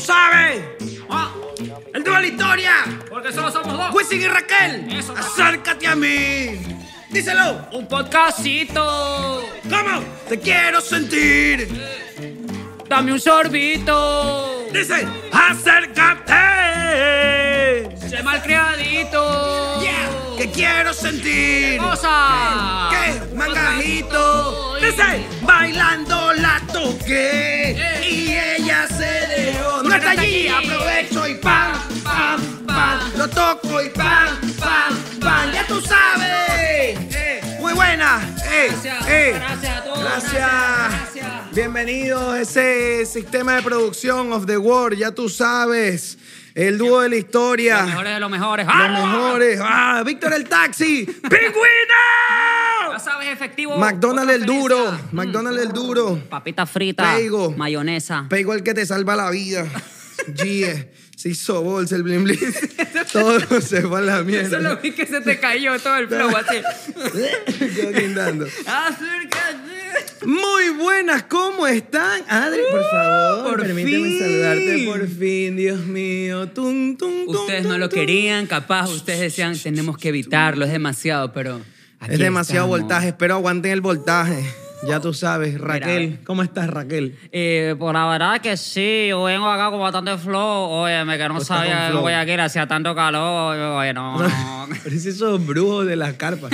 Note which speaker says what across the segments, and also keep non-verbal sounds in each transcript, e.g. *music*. Speaker 1: sabes.
Speaker 2: Ah,
Speaker 1: El dúo de la historia.
Speaker 2: porque solo somos dos. Pues,
Speaker 1: Wisin y Raquel.
Speaker 2: Eso, papá.
Speaker 1: Acércate a mí. Díselo.
Speaker 2: Un podcastito.
Speaker 1: ¿Cómo? Te quiero sentir.
Speaker 2: Dame un sorbito.
Speaker 1: Dice, acércate.
Speaker 2: Sé malcriadito.
Speaker 1: Yeah, que quiero sentir.
Speaker 2: Cosa.
Speaker 1: Que mangajito. Dice, bailando la toqué.
Speaker 2: Eh.
Speaker 1: Y ella se dejó. No está allí, aprovecho y pam, pam, pam. Lo toco y pam, pam, pam. Ya tú sabes.
Speaker 2: Eh.
Speaker 1: Muy buena. Eh,
Speaker 2: Gracias,
Speaker 1: eh.
Speaker 2: gracias a todos,
Speaker 1: Gracias.
Speaker 2: gracias, gracias.
Speaker 1: Bienvenidos a ese sistema de producción of the world. Ya tú sabes. El dúo de la historia.
Speaker 2: Los mejores de los mejores.
Speaker 1: Los
Speaker 2: ¡Vamos!
Speaker 1: mejores. Ah, Víctor el Taxi. ¡Pingüino!
Speaker 2: Ya sabes, efectivo.
Speaker 1: McDonald's el
Speaker 2: Otra Mm.
Speaker 1: duro.
Speaker 2: felicidad.
Speaker 1: McDonald's el duro.
Speaker 2: Papita frita.
Speaker 1: Pego.
Speaker 2: Mayonesa.
Speaker 1: Pego el que te salva la vida. Gie. Se hizo bolsa el blin
Speaker 2: *laughs*
Speaker 1: blin. Todo se fue a la
Speaker 2: Eso
Speaker 1: *laughs*
Speaker 2: lo
Speaker 1: mierda.
Speaker 2: vi que se te cayó todo el flow
Speaker 1: *laughs*
Speaker 2: así.
Speaker 1: Quedó guindando.
Speaker 2: Acércate.
Speaker 1: Muy buenas, ¿cómo están? Adri, por favor,
Speaker 2: por
Speaker 1: permíteme
Speaker 2: fin.
Speaker 1: saludarte por fin, Dios mío. Tum, tum, tum,
Speaker 2: Ustedes
Speaker 1: tum,
Speaker 2: no lo
Speaker 1: tum.
Speaker 2: querían, capaz. Ustedes decían, tenemos que evitarlo, es demasiado, pero. aquí
Speaker 1: Es demasiado
Speaker 2: estamos.
Speaker 1: voltaje, espero aguanten el voltaje. Ya tú sabes, Raquel.
Speaker 2: Mira.
Speaker 1: ¿Cómo estás, Raquel?
Speaker 2: Eh, por la verdad que sí, yo vengo acá con bastante flow. Óyeme, que no
Speaker 1: Tú estás con
Speaker 2: sabía que en
Speaker 1: flow.
Speaker 2: Guayaquil hacía tanto calor. Oye,
Speaker 1: *laughs*
Speaker 2: no, *laughs* no.
Speaker 1: Pareces esos brujos de las carpas.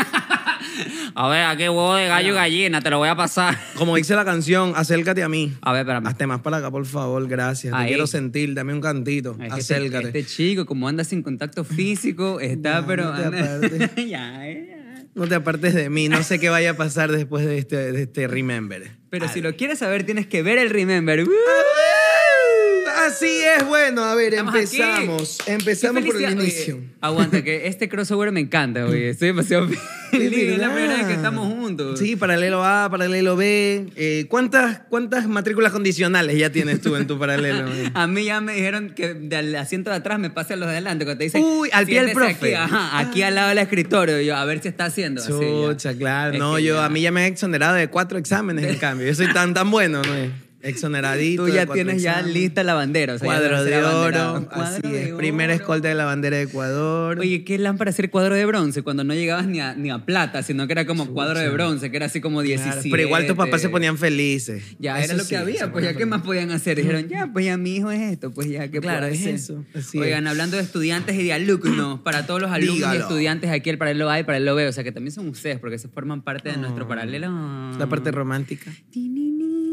Speaker 2: A ver, aquí huevo de gallo y gallina, te lo voy a pasar.
Speaker 1: Como dice la canción, acércate a mí.
Speaker 2: A ver, espérame.
Speaker 1: Hazte más para acá, por favor, gracias. Te
Speaker 2: Ahí.
Speaker 1: quiero sentir, dame un cantito.
Speaker 2: Es que este-
Speaker 1: acércate.
Speaker 2: Este, chico, como anda sin contacto físico, está,
Speaker 1: Ya,
Speaker 2: pero.
Speaker 1: no te
Speaker 2: anda-
Speaker 1: apartes.
Speaker 2: *laughs* ya, eh. ya.
Speaker 1: No te apartes de mí, no sé qué vaya a pasar después de este, de este Remember.
Speaker 2: Pero si lo quieres saber, tienes que ver el Remember. ¡Uh!
Speaker 1: Así es, bueno, a ver,
Speaker 2: Estamos
Speaker 1: empezamos.
Speaker 2: aquí.
Speaker 1: Empezamos
Speaker 2: Qué
Speaker 1: por el
Speaker 2: felicidad.
Speaker 1: inicio.
Speaker 2: Oye, aguanta, que este crossover me encanta, oye.
Speaker 1: *laughs*
Speaker 2: Estoy demasiado feliz. Es la
Speaker 1: verdad.
Speaker 2: primera vez que estamos juntos.
Speaker 1: Sí, paralelo A, paralelo B. Eh, ¿cuántas, ¿Cuántas matrículas condicionales ya tienes tú en tu
Speaker 2: *laughs*
Speaker 1: paralelo? eh?
Speaker 2: A mí ya me dijeron que del asiento de atrás me pase a los de adelante. Cuando te dicen,
Speaker 1: Uy, al pie del
Speaker 2: "Siéntese
Speaker 1: profe".
Speaker 2: Aquí, ajá, aquí al lado del escritorio. Y Yo, a ver si está haciendo. así, ya.
Speaker 1: Chucha, claro.
Speaker 2: Es
Speaker 1: no,
Speaker 2: que
Speaker 1: yo
Speaker 2: ya.
Speaker 1: a mí ya me han exonerado de cuatro exámenes, en cambio. Yo soy tan tan bueno,
Speaker 2: *laughs*
Speaker 1: ¿no? es? Exoneradito.
Speaker 2: Tú
Speaker 1: de
Speaker 2: ya
Speaker 1: cuatro
Speaker 2: tienes ya
Speaker 1: exámenes.
Speaker 2: lista la bandera. o sea, ya
Speaker 1: Cuadro
Speaker 2: debe ser
Speaker 1: de
Speaker 2: abanderado.
Speaker 1: oro.
Speaker 2: Cuadro
Speaker 1: Así
Speaker 2: de
Speaker 1: es.
Speaker 2: oro.
Speaker 1: Primera escolta de la bandera de Ecuador.
Speaker 2: Oye, ¿qué lámpara hacer cuadro de bronce? Cuando no llegabas ni a, ni a plata, sino que era como cuadro de bronce, que era así como
Speaker 1: Claro,
Speaker 2: 17.
Speaker 1: Pero igual tus papás se ponían felices.
Speaker 2: Ya
Speaker 1: Eso
Speaker 2: era lo que
Speaker 1: sí, se
Speaker 2: había, pues
Speaker 1: ponían
Speaker 2: ya qué más
Speaker 1: felices.
Speaker 2: podían hacer. Dijeron, ya, pues ya mi hijo es esto, pues ya que
Speaker 1: Claro, es eso, así
Speaker 2: Oigan,
Speaker 1: es.
Speaker 2: hablando de estudiantes y de alumnos, para todos los alumnos y
Speaker 1: Dígalo.
Speaker 2: estudiantes aquí, el paralelo A y el paralelo B, o sea que también son ustedes, porque se forman parte de nuestro paralelo.
Speaker 1: Ah, La parte *laughs* romántica.
Speaker 2: Ti, ni, ni, ni, ni.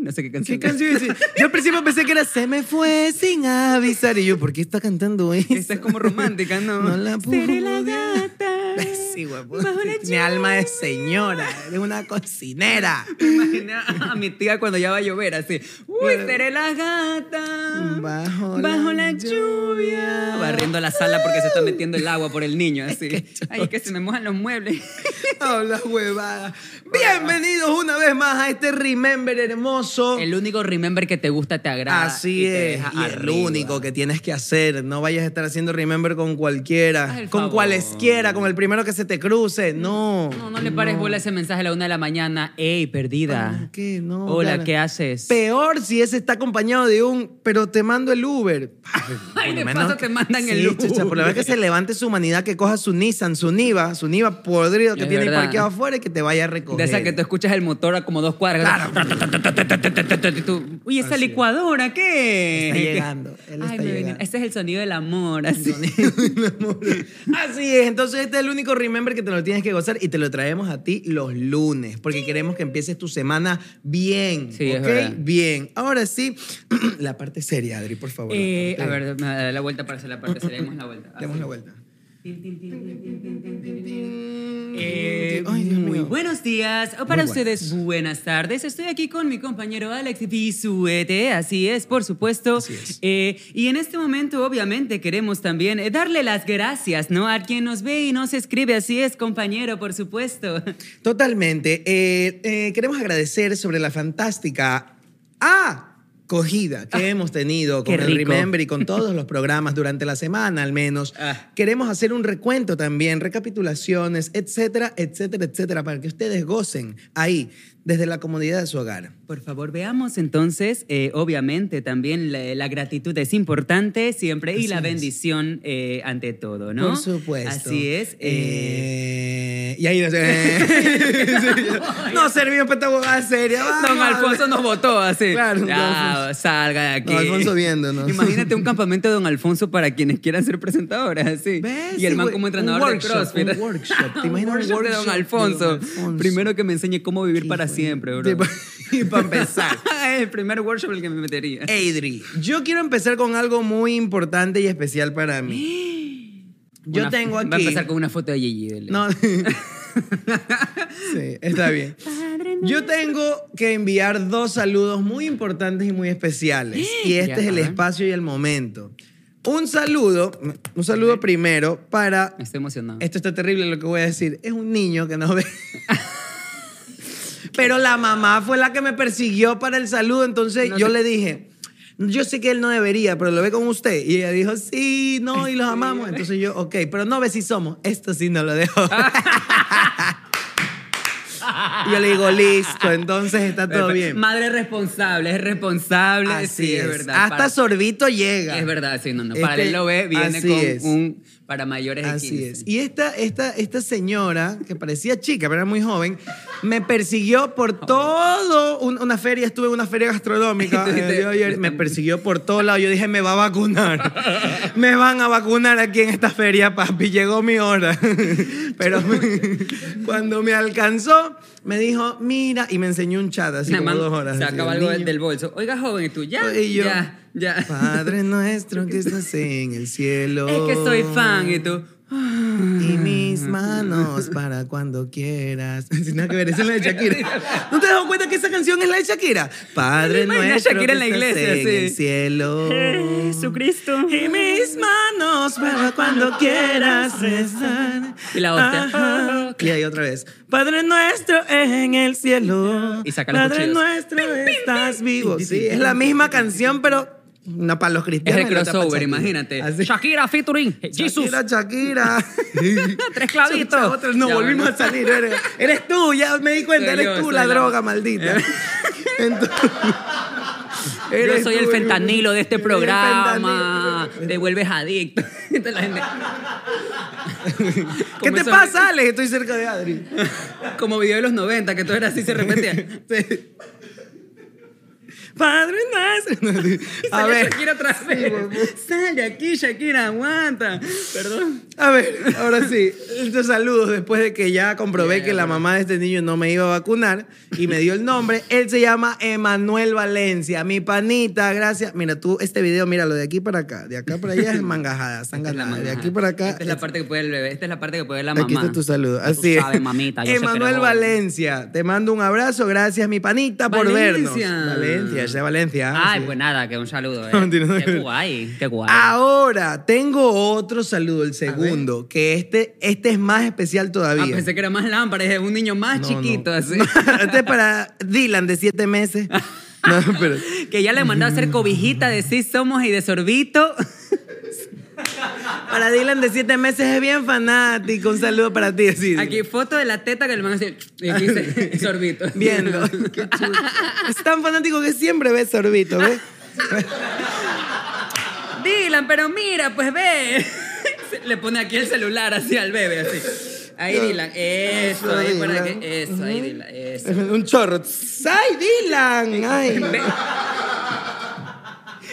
Speaker 2: No sé qué canción.
Speaker 1: ¿Qué canción es? Yo al principio pensé que era Se me fue sin avisar. Y yo, ¿por qué está cantando eso?
Speaker 2: Esta es como romántica, ¿no?
Speaker 1: *laughs* No la puedo.
Speaker 2: Seré la gata.
Speaker 1: *laughs* Sí, guapo.
Speaker 2: bajo la
Speaker 1: Mi alma de señora. Eres una cocinera.
Speaker 2: Me imaginé a mi tía cuando ya va a llover, así. Uy,
Speaker 1: Claro.
Speaker 2: seré la gata.
Speaker 1: Bajo la
Speaker 2: la
Speaker 1: lluvia.
Speaker 2: lluvia. Barriendo la sala porque se está metiendo el agua por el niño, así. Ay, que se me mojan
Speaker 1: *laughs*
Speaker 2: los muebles.
Speaker 1: *laughs* Habla huevada. Bienvenidos una vez más a este Remember hermoso.
Speaker 2: El único remember que te gusta te agrada.
Speaker 1: Así
Speaker 2: y te
Speaker 1: es.
Speaker 2: deja
Speaker 1: Y el
Speaker 2: arriba.
Speaker 1: único que tienes que hacer. No vayas a estar haciendo Remember con cualquiera.
Speaker 2: Haz el
Speaker 1: con
Speaker 2: favor.
Speaker 1: cualesquiera, con el primero que se te cruce. No.
Speaker 2: No, no le pares bola a ese mensaje a la una de la mañana. Ey, perdida.
Speaker 1: ¿Qué? No,
Speaker 2: Hola,
Speaker 1: cara.
Speaker 2: ¿qué haces?
Speaker 1: Peor si ese está acompañado de un, pero te mando el Uber.
Speaker 2: *laughs* Ay, de
Speaker 1: Por lo
Speaker 2: paso te mandan el
Speaker 1: Sí,
Speaker 2: Uber.
Speaker 1: chucha, por lo menos que se levante su humanidad, que coja su Nissan, su Niva, su Niva podrido que
Speaker 2: Es
Speaker 1: tiene
Speaker 2: verdad.
Speaker 1: parqueado afuera y que te vaya a recoger.
Speaker 2: De esa que tú escuchas el motor a como dos cuadras. Y tú, Uy, esa licuadora, ¿qué?
Speaker 1: Está llegando, él
Speaker 2: Ay,
Speaker 1: está
Speaker 2: me-
Speaker 1: llegando.
Speaker 2: Ese es el sonido del amor. Así.
Speaker 1: Así es, entonces este es el único remember que te lo tienes que gozar y te lo traemos a ti los lunes, porque queremos que empieces tu semana bien,
Speaker 2: Sí, es
Speaker 1: ¿ok?
Speaker 2: verdad.
Speaker 1: bien. Ahora sí, *clears throat* la parte seria, Adri, *laughs* por favor. la
Speaker 2: Eh, a
Speaker 1: parte-
Speaker 2: ver, me da la vuelta para hacer la parte. Sería la vuelta. Así.
Speaker 1: demos la vuelta.
Speaker 2: Tin, tin, tin, tin, tin, tin, tin, tin, tin. Eh,
Speaker 1: Ay, Dios
Speaker 2: muy
Speaker 1: mío.
Speaker 2: buenos días, o para ustedes buenas tardes. Estoy aquí con mi compañero Alex Bisuete, así es, por supuesto. Eh, y en este momento, obviamente, queremos también eh, darle las gracias, ¿no? A quien nos ve y nos escribe, así es, compañero, por supuesto. *laughs*
Speaker 1: Totalmente. Eh, eh, queremos agradecer sobre la fantástica. ¡Ah! cogida que hemos tenido con
Speaker 2: qué
Speaker 1: el
Speaker 2: rico.
Speaker 1: Remember y con
Speaker 2: *laughs*
Speaker 1: todos los programas durante la semana al menos.
Speaker 2: Ah.
Speaker 1: Queremos hacer un recuento también, recapitulaciones, etcétera, etcétera, etcétera, para que ustedes gocen ahí, desde la comodidad de su hogar.
Speaker 2: Por favor, veamos entonces, eh, obviamente también la, la gratitud es importante siempre y
Speaker 1: Así
Speaker 2: la
Speaker 1: es.
Speaker 2: bendición eh, ante todo, ¿no?
Speaker 1: Por supuesto.
Speaker 2: Así es. eh,
Speaker 1: Eh, y ahí no *laughs*
Speaker 2: *laughs*
Speaker 1: sé. no servimos para esta huevada seria.
Speaker 2: Don
Speaker 1: vamos.
Speaker 2: Alfonso nos votó así.
Speaker 1: Claro, don
Speaker 2: Ya,
Speaker 1: Alfonso.
Speaker 2: salga de aquí.
Speaker 1: Don Alfonso viéndonos.
Speaker 2: *laughs* Imagínate un campamento de Don Alfonso para quienes quieran ser presentadores, así.
Speaker 1: ¿Ves?
Speaker 2: Y el
Speaker 1: Sí,
Speaker 2: man
Speaker 1: güey,
Speaker 2: como
Speaker 1: un
Speaker 2: entrenador
Speaker 1: workshop,
Speaker 2: de CrossFit.
Speaker 1: un workshop. ¿Te
Speaker 2: *laughs* Un
Speaker 1: imaginas un
Speaker 2: workshop de
Speaker 1: workshop
Speaker 2: Don
Speaker 1: de
Speaker 2: Alfonso.
Speaker 1: Don Alfonso?
Speaker 2: Primero que me enseñe cómo vivir para
Speaker 1: Hijo de-
Speaker 2: siempre, bro.
Speaker 1: Sí, pa- *laughs* Y
Speaker 2: *laughs*
Speaker 1: para empezar.
Speaker 2: es el primer workshop en el que me metería.
Speaker 1: Adri, yo quiero empezar con algo muy importante y especial para mí. Yo
Speaker 2: Una-
Speaker 1: tengo aquí.
Speaker 2: Va a empezar con una foto de Gigi. dele.
Speaker 1: No. *laughs* sí, está bien. Yo tengo que enviar dos saludos muy importantes y muy especiales.
Speaker 2: *gasps*
Speaker 1: Y este
Speaker 2: Ya.
Speaker 1: es el espacio y el momento. Un saludo, un saludo primero para.
Speaker 2: Estoy emocionado.
Speaker 1: Esto está terrible lo que voy a decir. Es un niño que
Speaker 2: *laughs*
Speaker 1: no ve. Pero la mamá fue la que me persiguió para el saludo. Entonces
Speaker 2: No
Speaker 1: yo
Speaker 2: te-
Speaker 1: le dije. Yo sé que él no debería, pero lo ve con usted. Y ella dijo, sí, no, y los amamos. Entonces yo, ok, pero no ve si somos. Esto sí no lo
Speaker 2: *laughs*
Speaker 1: dejo. Y yo le digo, listo, entonces está todo
Speaker 2: Perfecto.
Speaker 1: bien.
Speaker 2: Madre responsable, es responsable. sí, es, verdad.
Speaker 1: Hasta
Speaker 2: para-
Speaker 1: Sorbito llega.
Speaker 2: Es verdad, sí, no, no.
Speaker 1: Este-
Speaker 2: para él lo ve, viene
Speaker 1: así
Speaker 2: con
Speaker 1: es.
Speaker 2: un para mayores de
Speaker 1: Así
Speaker 2: 15.
Speaker 1: es. Y esta, esta, esta señora, que parecía chica, pero era muy joven, me persiguió
Speaker 2: Oh.
Speaker 1: por todo un- una feria, estuve en una feria
Speaker 2: *laughs*
Speaker 1: gastronómica,
Speaker 2: Tú dices,
Speaker 1: eh, yo- yo- me persiguió por todo lado, yo dije, me va a
Speaker 2: *laughs*
Speaker 1: vacunar, me van a vacunar aquí en esta feria, papi, llegó mi hora. *laughs* Pero *laughs* cuando me alcanzó, me dijo, mira, y me enseñó un chat, así
Speaker 2: Nada
Speaker 1: como
Speaker 2: más
Speaker 1: dos horas. así,
Speaker 2: Sacaba
Speaker 1: el
Speaker 2: algo
Speaker 1: niño.
Speaker 2: del bolso. Oiga, joven, y tú ya.
Speaker 1: Y yo,
Speaker 2: ya, ya.
Speaker 1: Padre nuestro que estás en el cielo.
Speaker 2: *laughs* Es que soy fan y tú.
Speaker 1: Y mis manos para cuando quieras. *laughs* Sin nada que ver, esa es la de Shakira. ¿No te has dado cuenta que esa canción es la de Shakira? Padre
Speaker 2: Me imagino a
Speaker 1: nuestro
Speaker 2: Shakira en la
Speaker 1: que estás
Speaker 2: iglesia,
Speaker 1: en el
Speaker 2: sí.
Speaker 1: cielo.
Speaker 2: Jesucristo.
Speaker 1: Y mis manos para cuando quieras rezar.
Speaker 2: Y la hostia.
Speaker 1: Ajá. Y ahí otra vez. Padre nuestro en el cielo.
Speaker 2: Y saca los
Speaker 1: Padre
Speaker 2: cuchillos.
Speaker 1: nuestro estás vivo. Sí, es la misma canción, pero no para los
Speaker 2: Es
Speaker 1: cristianos.
Speaker 2: el
Speaker 1: y la otra para
Speaker 2: crossover,
Speaker 1: Shakira.
Speaker 2: imagínate.
Speaker 1: Así.
Speaker 2: Shakira featuring Jesus.
Speaker 1: Shakira, Shakira.
Speaker 2: *laughs* Tres clavitos.
Speaker 1: Chucha, otra- No,
Speaker 2: Ya,
Speaker 1: volvimos
Speaker 2: bueno.
Speaker 1: a salir. Eres, eres tú, ya me di cuenta.
Speaker 2: Soy
Speaker 1: Eres
Speaker 2: yo,
Speaker 1: tú
Speaker 2: soy
Speaker 1: la
Speaker 2: la-
Speaker 1: droga, maldita.
Speaker 2: Eh.
Speaker 1: *laughs*
Speaker 2: *laughs*
Speaker 1: Entonces,
Speaker 2: Yo
Speaker 1: eres
Speaker 2: soy el
Speaker 1: tú,
Speaker 2: fentanilo de este
Speaker 1: eres el
Speaker 2: programa.
Speaker 1: fentanilo.
Speaker 2: Te vuelves adicto. *laughs* Entonces la gente-
Speaker 1: ¿Qué
Speaker 2: Como
Speaker 1: te
Speaker 2: esos-
Speaker 1: pasa, Alex? Estoy cerca de Adri.
Speaker 2: Como video de los 90, que todo era así, se repetía.
Speaker 1: *laughs* Sí. Padre *laughs* nuestro. A
Speaker 2: Salió
Speaker 1: ver,
Speaker 2: Shakira otra vez. Sal de aquí, Shakira, aguanta. Perdón.
Speaker 1: a ver, ahora sí. Estos saludos después de que ya comprobé
Speaker 2: Ya,
Speaker 1: que la
Speaker 2: bueno.
Speaker 1: mamá de este niño no me iba a vacunar y me dio el nombre. Él se llama Emanuel Valencia, mi panita, gracias. Mira, tú este video, míralo de aquí para acá, de acá para
Speaker 2: *laughs*
Speaker 1: allá es mangajada,
Speaker 2: Esta es la
Speaker 1: sanganada. De
Speaker 2: mamá.
Speaker 1: aquí para acá.
Speaker 2: Esta es la parte que puede el bebé. Esta es la parte que puede la mamá.
Speaker 1: Aquí está tu saludo. Así
Speaker 2: Tú
Speaker 1: es.
Speaker 2: sabes, mamita. yo sé que eres
Speaker 1: Emanuel
Speaker 2: joven.
Speaker 1: Valencia, te mando un abrazo. Gracias, mi panita, por vernos.
Speaker 2: Valencia.
Speaker 1: Valencia, ya Valencia. ah,
Speaker 2: Ay,
Speaker 1: Así
Speaker 2: pues
Speaker 1: es. Ah,
Speaker 2: nada, que un saludo. eh.
Speaker 1: No, mentira, no.
Speaker 2: Qué guay, qué guay.
Speaker 1: Ahora tengo otro saludo, el segundo, que este, este es más especial
Speaker 2: Ah,
Speaker 1: todavía.
Speaker 2: pensé que era más lámpara, es un niño
Speaker 1: *laughs*
Speaker 2: más
Speaker 1: No, no.
Speaker 2: chiquito, así.
Speaker 1: este es para Dylan de siete meses. No, pero-
Speaker 2: que ya le mandó a hacer cobijita de sí somos y de sorbito.
Speaker 1: para Dylan de siete meses es bien fanático. Un saludo para ti. así.
Speaker 2: Aquí foto de la teta que le van a decir, y
Speaker 1: *laughs*
Speaker 2: aquí dice sorbito.
Speaker 1: Viendo. Qué chulo. *laughs* es tan fanático que siempre ve sorbito, ¿ves?
Speaker 2: Dylan, pero mira, pues ve. Se- Le pone aquí el celular así al bebé, así. Ahí Dylan, eso, ahí para
Speaker 1: Dylan.
Speaker 2: que, eso, ahí Dylan, eso.
Speaker 1: Un chorro. ¡Ay, Dylan! ¡Ay!
Speaker 2: Ve.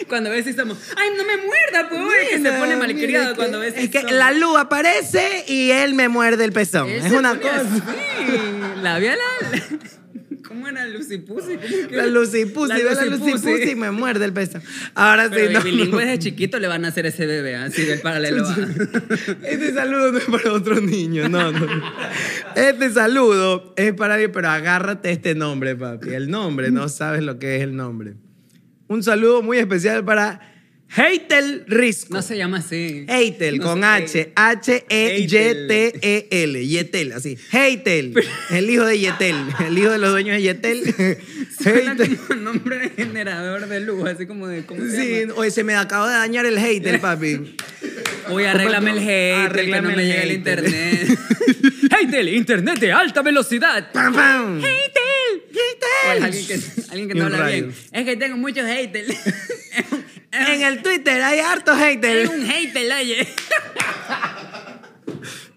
Speaker 2: Cuando ves y estamos, ay, no me muerda, pues, que se
Speaker 1: Mira,
Speaker 2: pone
Speaker 1: mira
Speaker 2: malcriado
Speaker 1: que-
Speaker 2: cuando ves
Speaker 1: Es que
Speaker 2: eso.
Speaker 1: la luz aparece y él me muerde el pezón.
Speaker 2: Él
Speaker 1: es
Speaker 2: se
Speaker 1: una
Speaker 2: pone
Speaker 1: cosa.
Speaker 2: así, La vi a la... ¿Cómo era Lucy Pussy? ¿Cómo que-
Speaker 1: La lucipusi, ve la lucipusi y me muerde el pezón. Ahora sí,
Speaker 2: Pero
Speaker 1: no,
Speaker 2: los bilingües
Speaker 1: no.
Speaker 2: de chiquito le van a hacer ese bebé, así del paralelo a...
Speaker 1: *laughs* Este saludo no es para otro niño, no, no. Este saludo es para mí, pero agárrate este nombre, papi. El nombre, no sabes lo que es el nombre. Un saludo muy especial para Heitel Risco.
Speaker 2: No se llama así.
Speaker 1: Heitel,
Speaker 2: No
Speaker 1: con
Speaker 2: sé.
Speaker 1: H. E H-E-Y-T-E-L. Yetel, así. Heitel. El hijo de Yetel. El hijo de los dueños de Yetel.
Speaker 2: Suena
Speaker 1: Heitel.
Speaker 2: como nombre de generador de luz, así como de. ¿Cómo se
Speaker 1: Sí,
Speaker 2: llama?
Speaker 1: oye, se me acaba de dañar el Heitel, papi.
Speaker 2: Oye, arréglame el hate, que no
Speaker 1: Arréglame
Speaker 2: me
Speaker 1: el
Speaker 2: llega el
Speaker 1: hate.
Speaker 2: internet. *laughs* Heitel, internet de alta velocidad.
Speaker 1: ¡Pam, pam!
Speaker 2: Heitel. O es
Speaker 1: Heitel.
Speaker 2: alguien que, alguien que
Speaker 1: Y
Speaker 2: no
Speaker 1: un
Speaker 2: habla
Speaker 1: rayo.
Speaker 2: bien. Es que tengo muchos *laughs* haters.
Speaker 1: En el Twitter hay hartos
Speaker 2: Es
Speaker 1: Heitel.
Speaker 2: un hater, oye.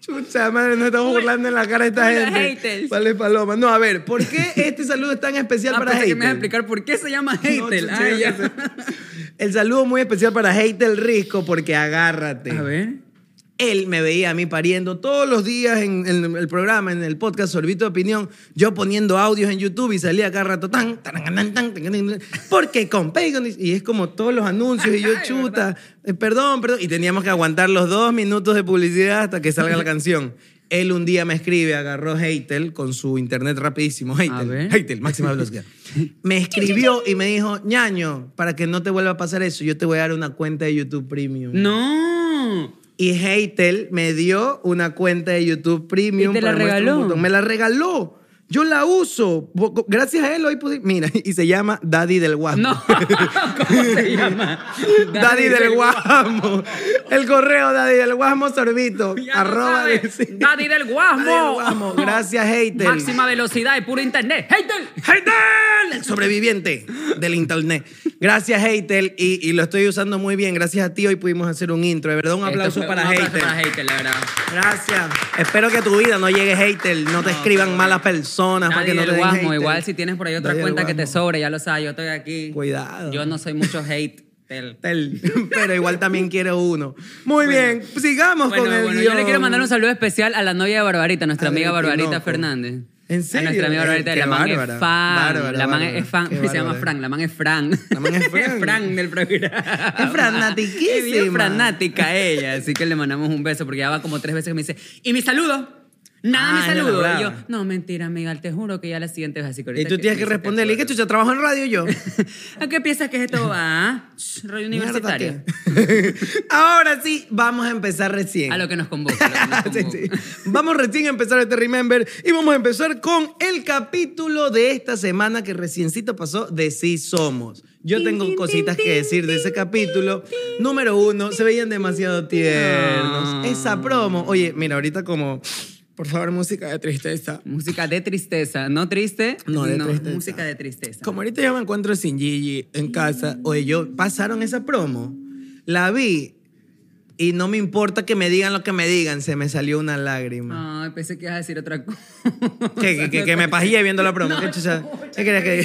Speaker 1: Chucha, madre, nos estamos burlando en la cara de esta
Speaker 2: Hola,
Speaker 1: gente.
Speaker 2: haters.
Speaker 1: Vale, Paloma. No, a ver, ¿por qué este saludo es tan especial
Speaker 2: Ah,
Speaker 1: para
Speaker 2: pensé que me vas a
Speaker 1: Heitel?
Speaker 2: explicar por qué se llama
Speaker 1: No,
Speaker 2: hater.
Speaker 1: chucha,
Speaker 2: Ah,
Speaker 1: yo
Speaker 2: ya.
Speaker 1: qué sé. *laughs* El saludo muy especial para Heitel Risco, porque agárrate.
Speaker 2: A ver.
Speaker 1: Él me veía a mí pariendo todos los días en, en el programa, en el podcast Sorbito de Opinión, yo poniendo audios en YouTube y salía cada rato tan, tan, tan, tan, tan, tan, tan, porque con Paygon y es como todos los anuncios y yo
Speaker 2: *laughs* Ay,
Speaker 1: chuta, eh, perdón, perdón, y teníamos que aguantar los dos minutos de publicidad hasta que
Speaker 2: *laughs*
Speaker 1: salga la canción. Él un día me escribe, agarró Heitel con su internet rapidísimo,
Speaker 2: A
Speaker 1: Heitel,
Speaker 2: ver.
Speaker 1: Heitel, máxima velocidad. Me escribió y me dijo, ñaño, para que no te vuelva a pasar eso, yo te voy a dar una cuenta de YouTube Premium.
Speaker 2: No.
Speaker 1: Y Heitel me dio una cuenta de YouTube Premium.
Speaker 2: ¿Y te la
Speaker 1: para muestra un
Speaker 2: regaló?
Speaker 1: botón. Me la regaló. Yo la uso. Bo- Gracias a él hoy pude... Mira, *laughs* y se llama Daddy del Guamo.
Speaker 2: No. *laughs* ¿Cómo se llama?
Speaker 1: *laughs* Daddy, del Guamo. El correo Daddy del Guamo Sorbito.
Speaker 2: *laughs* Ya lo
Speaker 1: arroba
Speaker 2: sabe.
Speaker 1: de- sí.
Speaker 2: Daddy del
Speaker 1: Daddy del
Speaker 2: Guasmo.
Speaker 1: Guamo. Gracias, Heitel.
Speaker 2: Máxima velocidad y puro internet. Hater.
Speaker 1: Heitel, el sobreviviente del internet. Gracias, Heitel. Y, y lo estoy usando muy bien. Gracias a ti hoy pudimos hacer un intro. De verdad, un aplauso para
Speaker 2: un aplauso
Speaker 1: Heitel.
Speaker 2: para hater, la verdad.
Speaker 1: Gracias. Espero que tu vida no llegue hater, no te escriban malas personas para
Speaker 2: Nadie
Speaker 1: que no te
Speaker 2: del
Speaker 1: den
Speaker 2: guasmo.
Speaker 1: hater.
Speaker 2: Igual si tienes por ahí otra
Speaker 1: Nadie del
Speaker 2: cuenta que te
Speaker 1: guasmo.
Speaker 2: sobre, ya lo sabes, yo estoy aquí.
Speaker 1: Cuidado.
Speaker 2: Yo no soy mucho hate.
Speaker 1: Hater. *laughs* Pero igual también quiero uno. Muy bien, sigamos
Speaker 2: Bueno,
Speaker 1: con el
Speaker 2: bueno, yo
Speaker 1: guión.
Speaker 2: le quiero mandar un saludo especial a la novia de Barbarita, nuestra
Speaker 1: A
Speaker 2: amiga
Speaker 1: Adri
Speaker 2: Barbarita
Speaker 1: Tinoco.
Speaker 2: Fernández.
Speaker 1: ¿En serio?
Speaker 2: A nuestra amiga
Speaker 1: Ay,
Speaker 2: Barbarita,
Speaker 1: qué
Speaker 2: la man
Speaker 1: bárbara,
Speaker 2: es fan.
Speaker 1: bárbara,
Speaker 2: la man
Speaker 1: bárbara.
Speaker 2: es fan,
Speaker 1: Qué
Speaker 2: se llama
Speaker 1: bárbara.
Speaker 2: Fran, la man *laughs* es Fran.
Speaker 1: La man es Fran.
Speaker 2: Fran del programa.
Speaker 1: Es franatiquísima.
Speaker 2: Es bien franática ella, así que le mandamos un beso porque ya va como tres veces que me dice, "¿Y mi saludo?" Nada,
Speaker 1: Ah,
Speaker 2: mi
Speaker 1: ella la
Speaker 2: saludo.
Speaker 1: brava.
Speaker 2: Y yo, no, mentira, amiga, te juro que ya la siguiente es así.
Speaker 1: Y tú tienes que responderle, ¿y qué chucha? ¿Trabajo en radio
Speaker 2: *laughs*
Speaker 1: yo?
Speaker 2: ¿A qué piensas que es
Speaker 1: *laughs*
Speaker 2: esto va? Ch, Rollo universitario.
Speaker 1: Mierda, ¿qué? *laughs* Ahora sí, vamos a empezar recién.
Speaker 2: A lo que nos convoca. a lo que
Speaker 1: *laughs*
Speaker 2: nos
Speaker 1: Sí,
Speaker 2: convoca.
Speaker 1: sí. Vamos recién a empezar este Remember y vamos a empezar con el capítulo de esta semana que reciéncito pasó de Sí Somos. Yo tengo cositas que decir de ese capítulo. Número uno, se veían demasiado tiernos. Esa promo. Oye, mira, ahorita como, por favor, música de tristeza.
Speaker 2: Música de tristeza, no triste,
Speaker 1: No, de tristeza.
Speaker 2: música de tristeza.
Speaker 1: Como ahorita yo me encuentro sin Gigi en casa, oye, yo pasaron esa promo, la vi y no me importa que me digan lo que me digan, se me salió una lágrima.
Speaker 2: Ay, pensé que ibas a decir otra cosa.
Speaker 1: que, que, que, que
Speaker 2: *laughs*
Speaker 1: me pajillé viendo la promo.
Speaker 2: No,
Speaker 1: ¿Qué chucha?
Speaker 2: chucha,
Speaker 1: ¿Qué crees
Speaker 2: qué
Speaker 1: que.?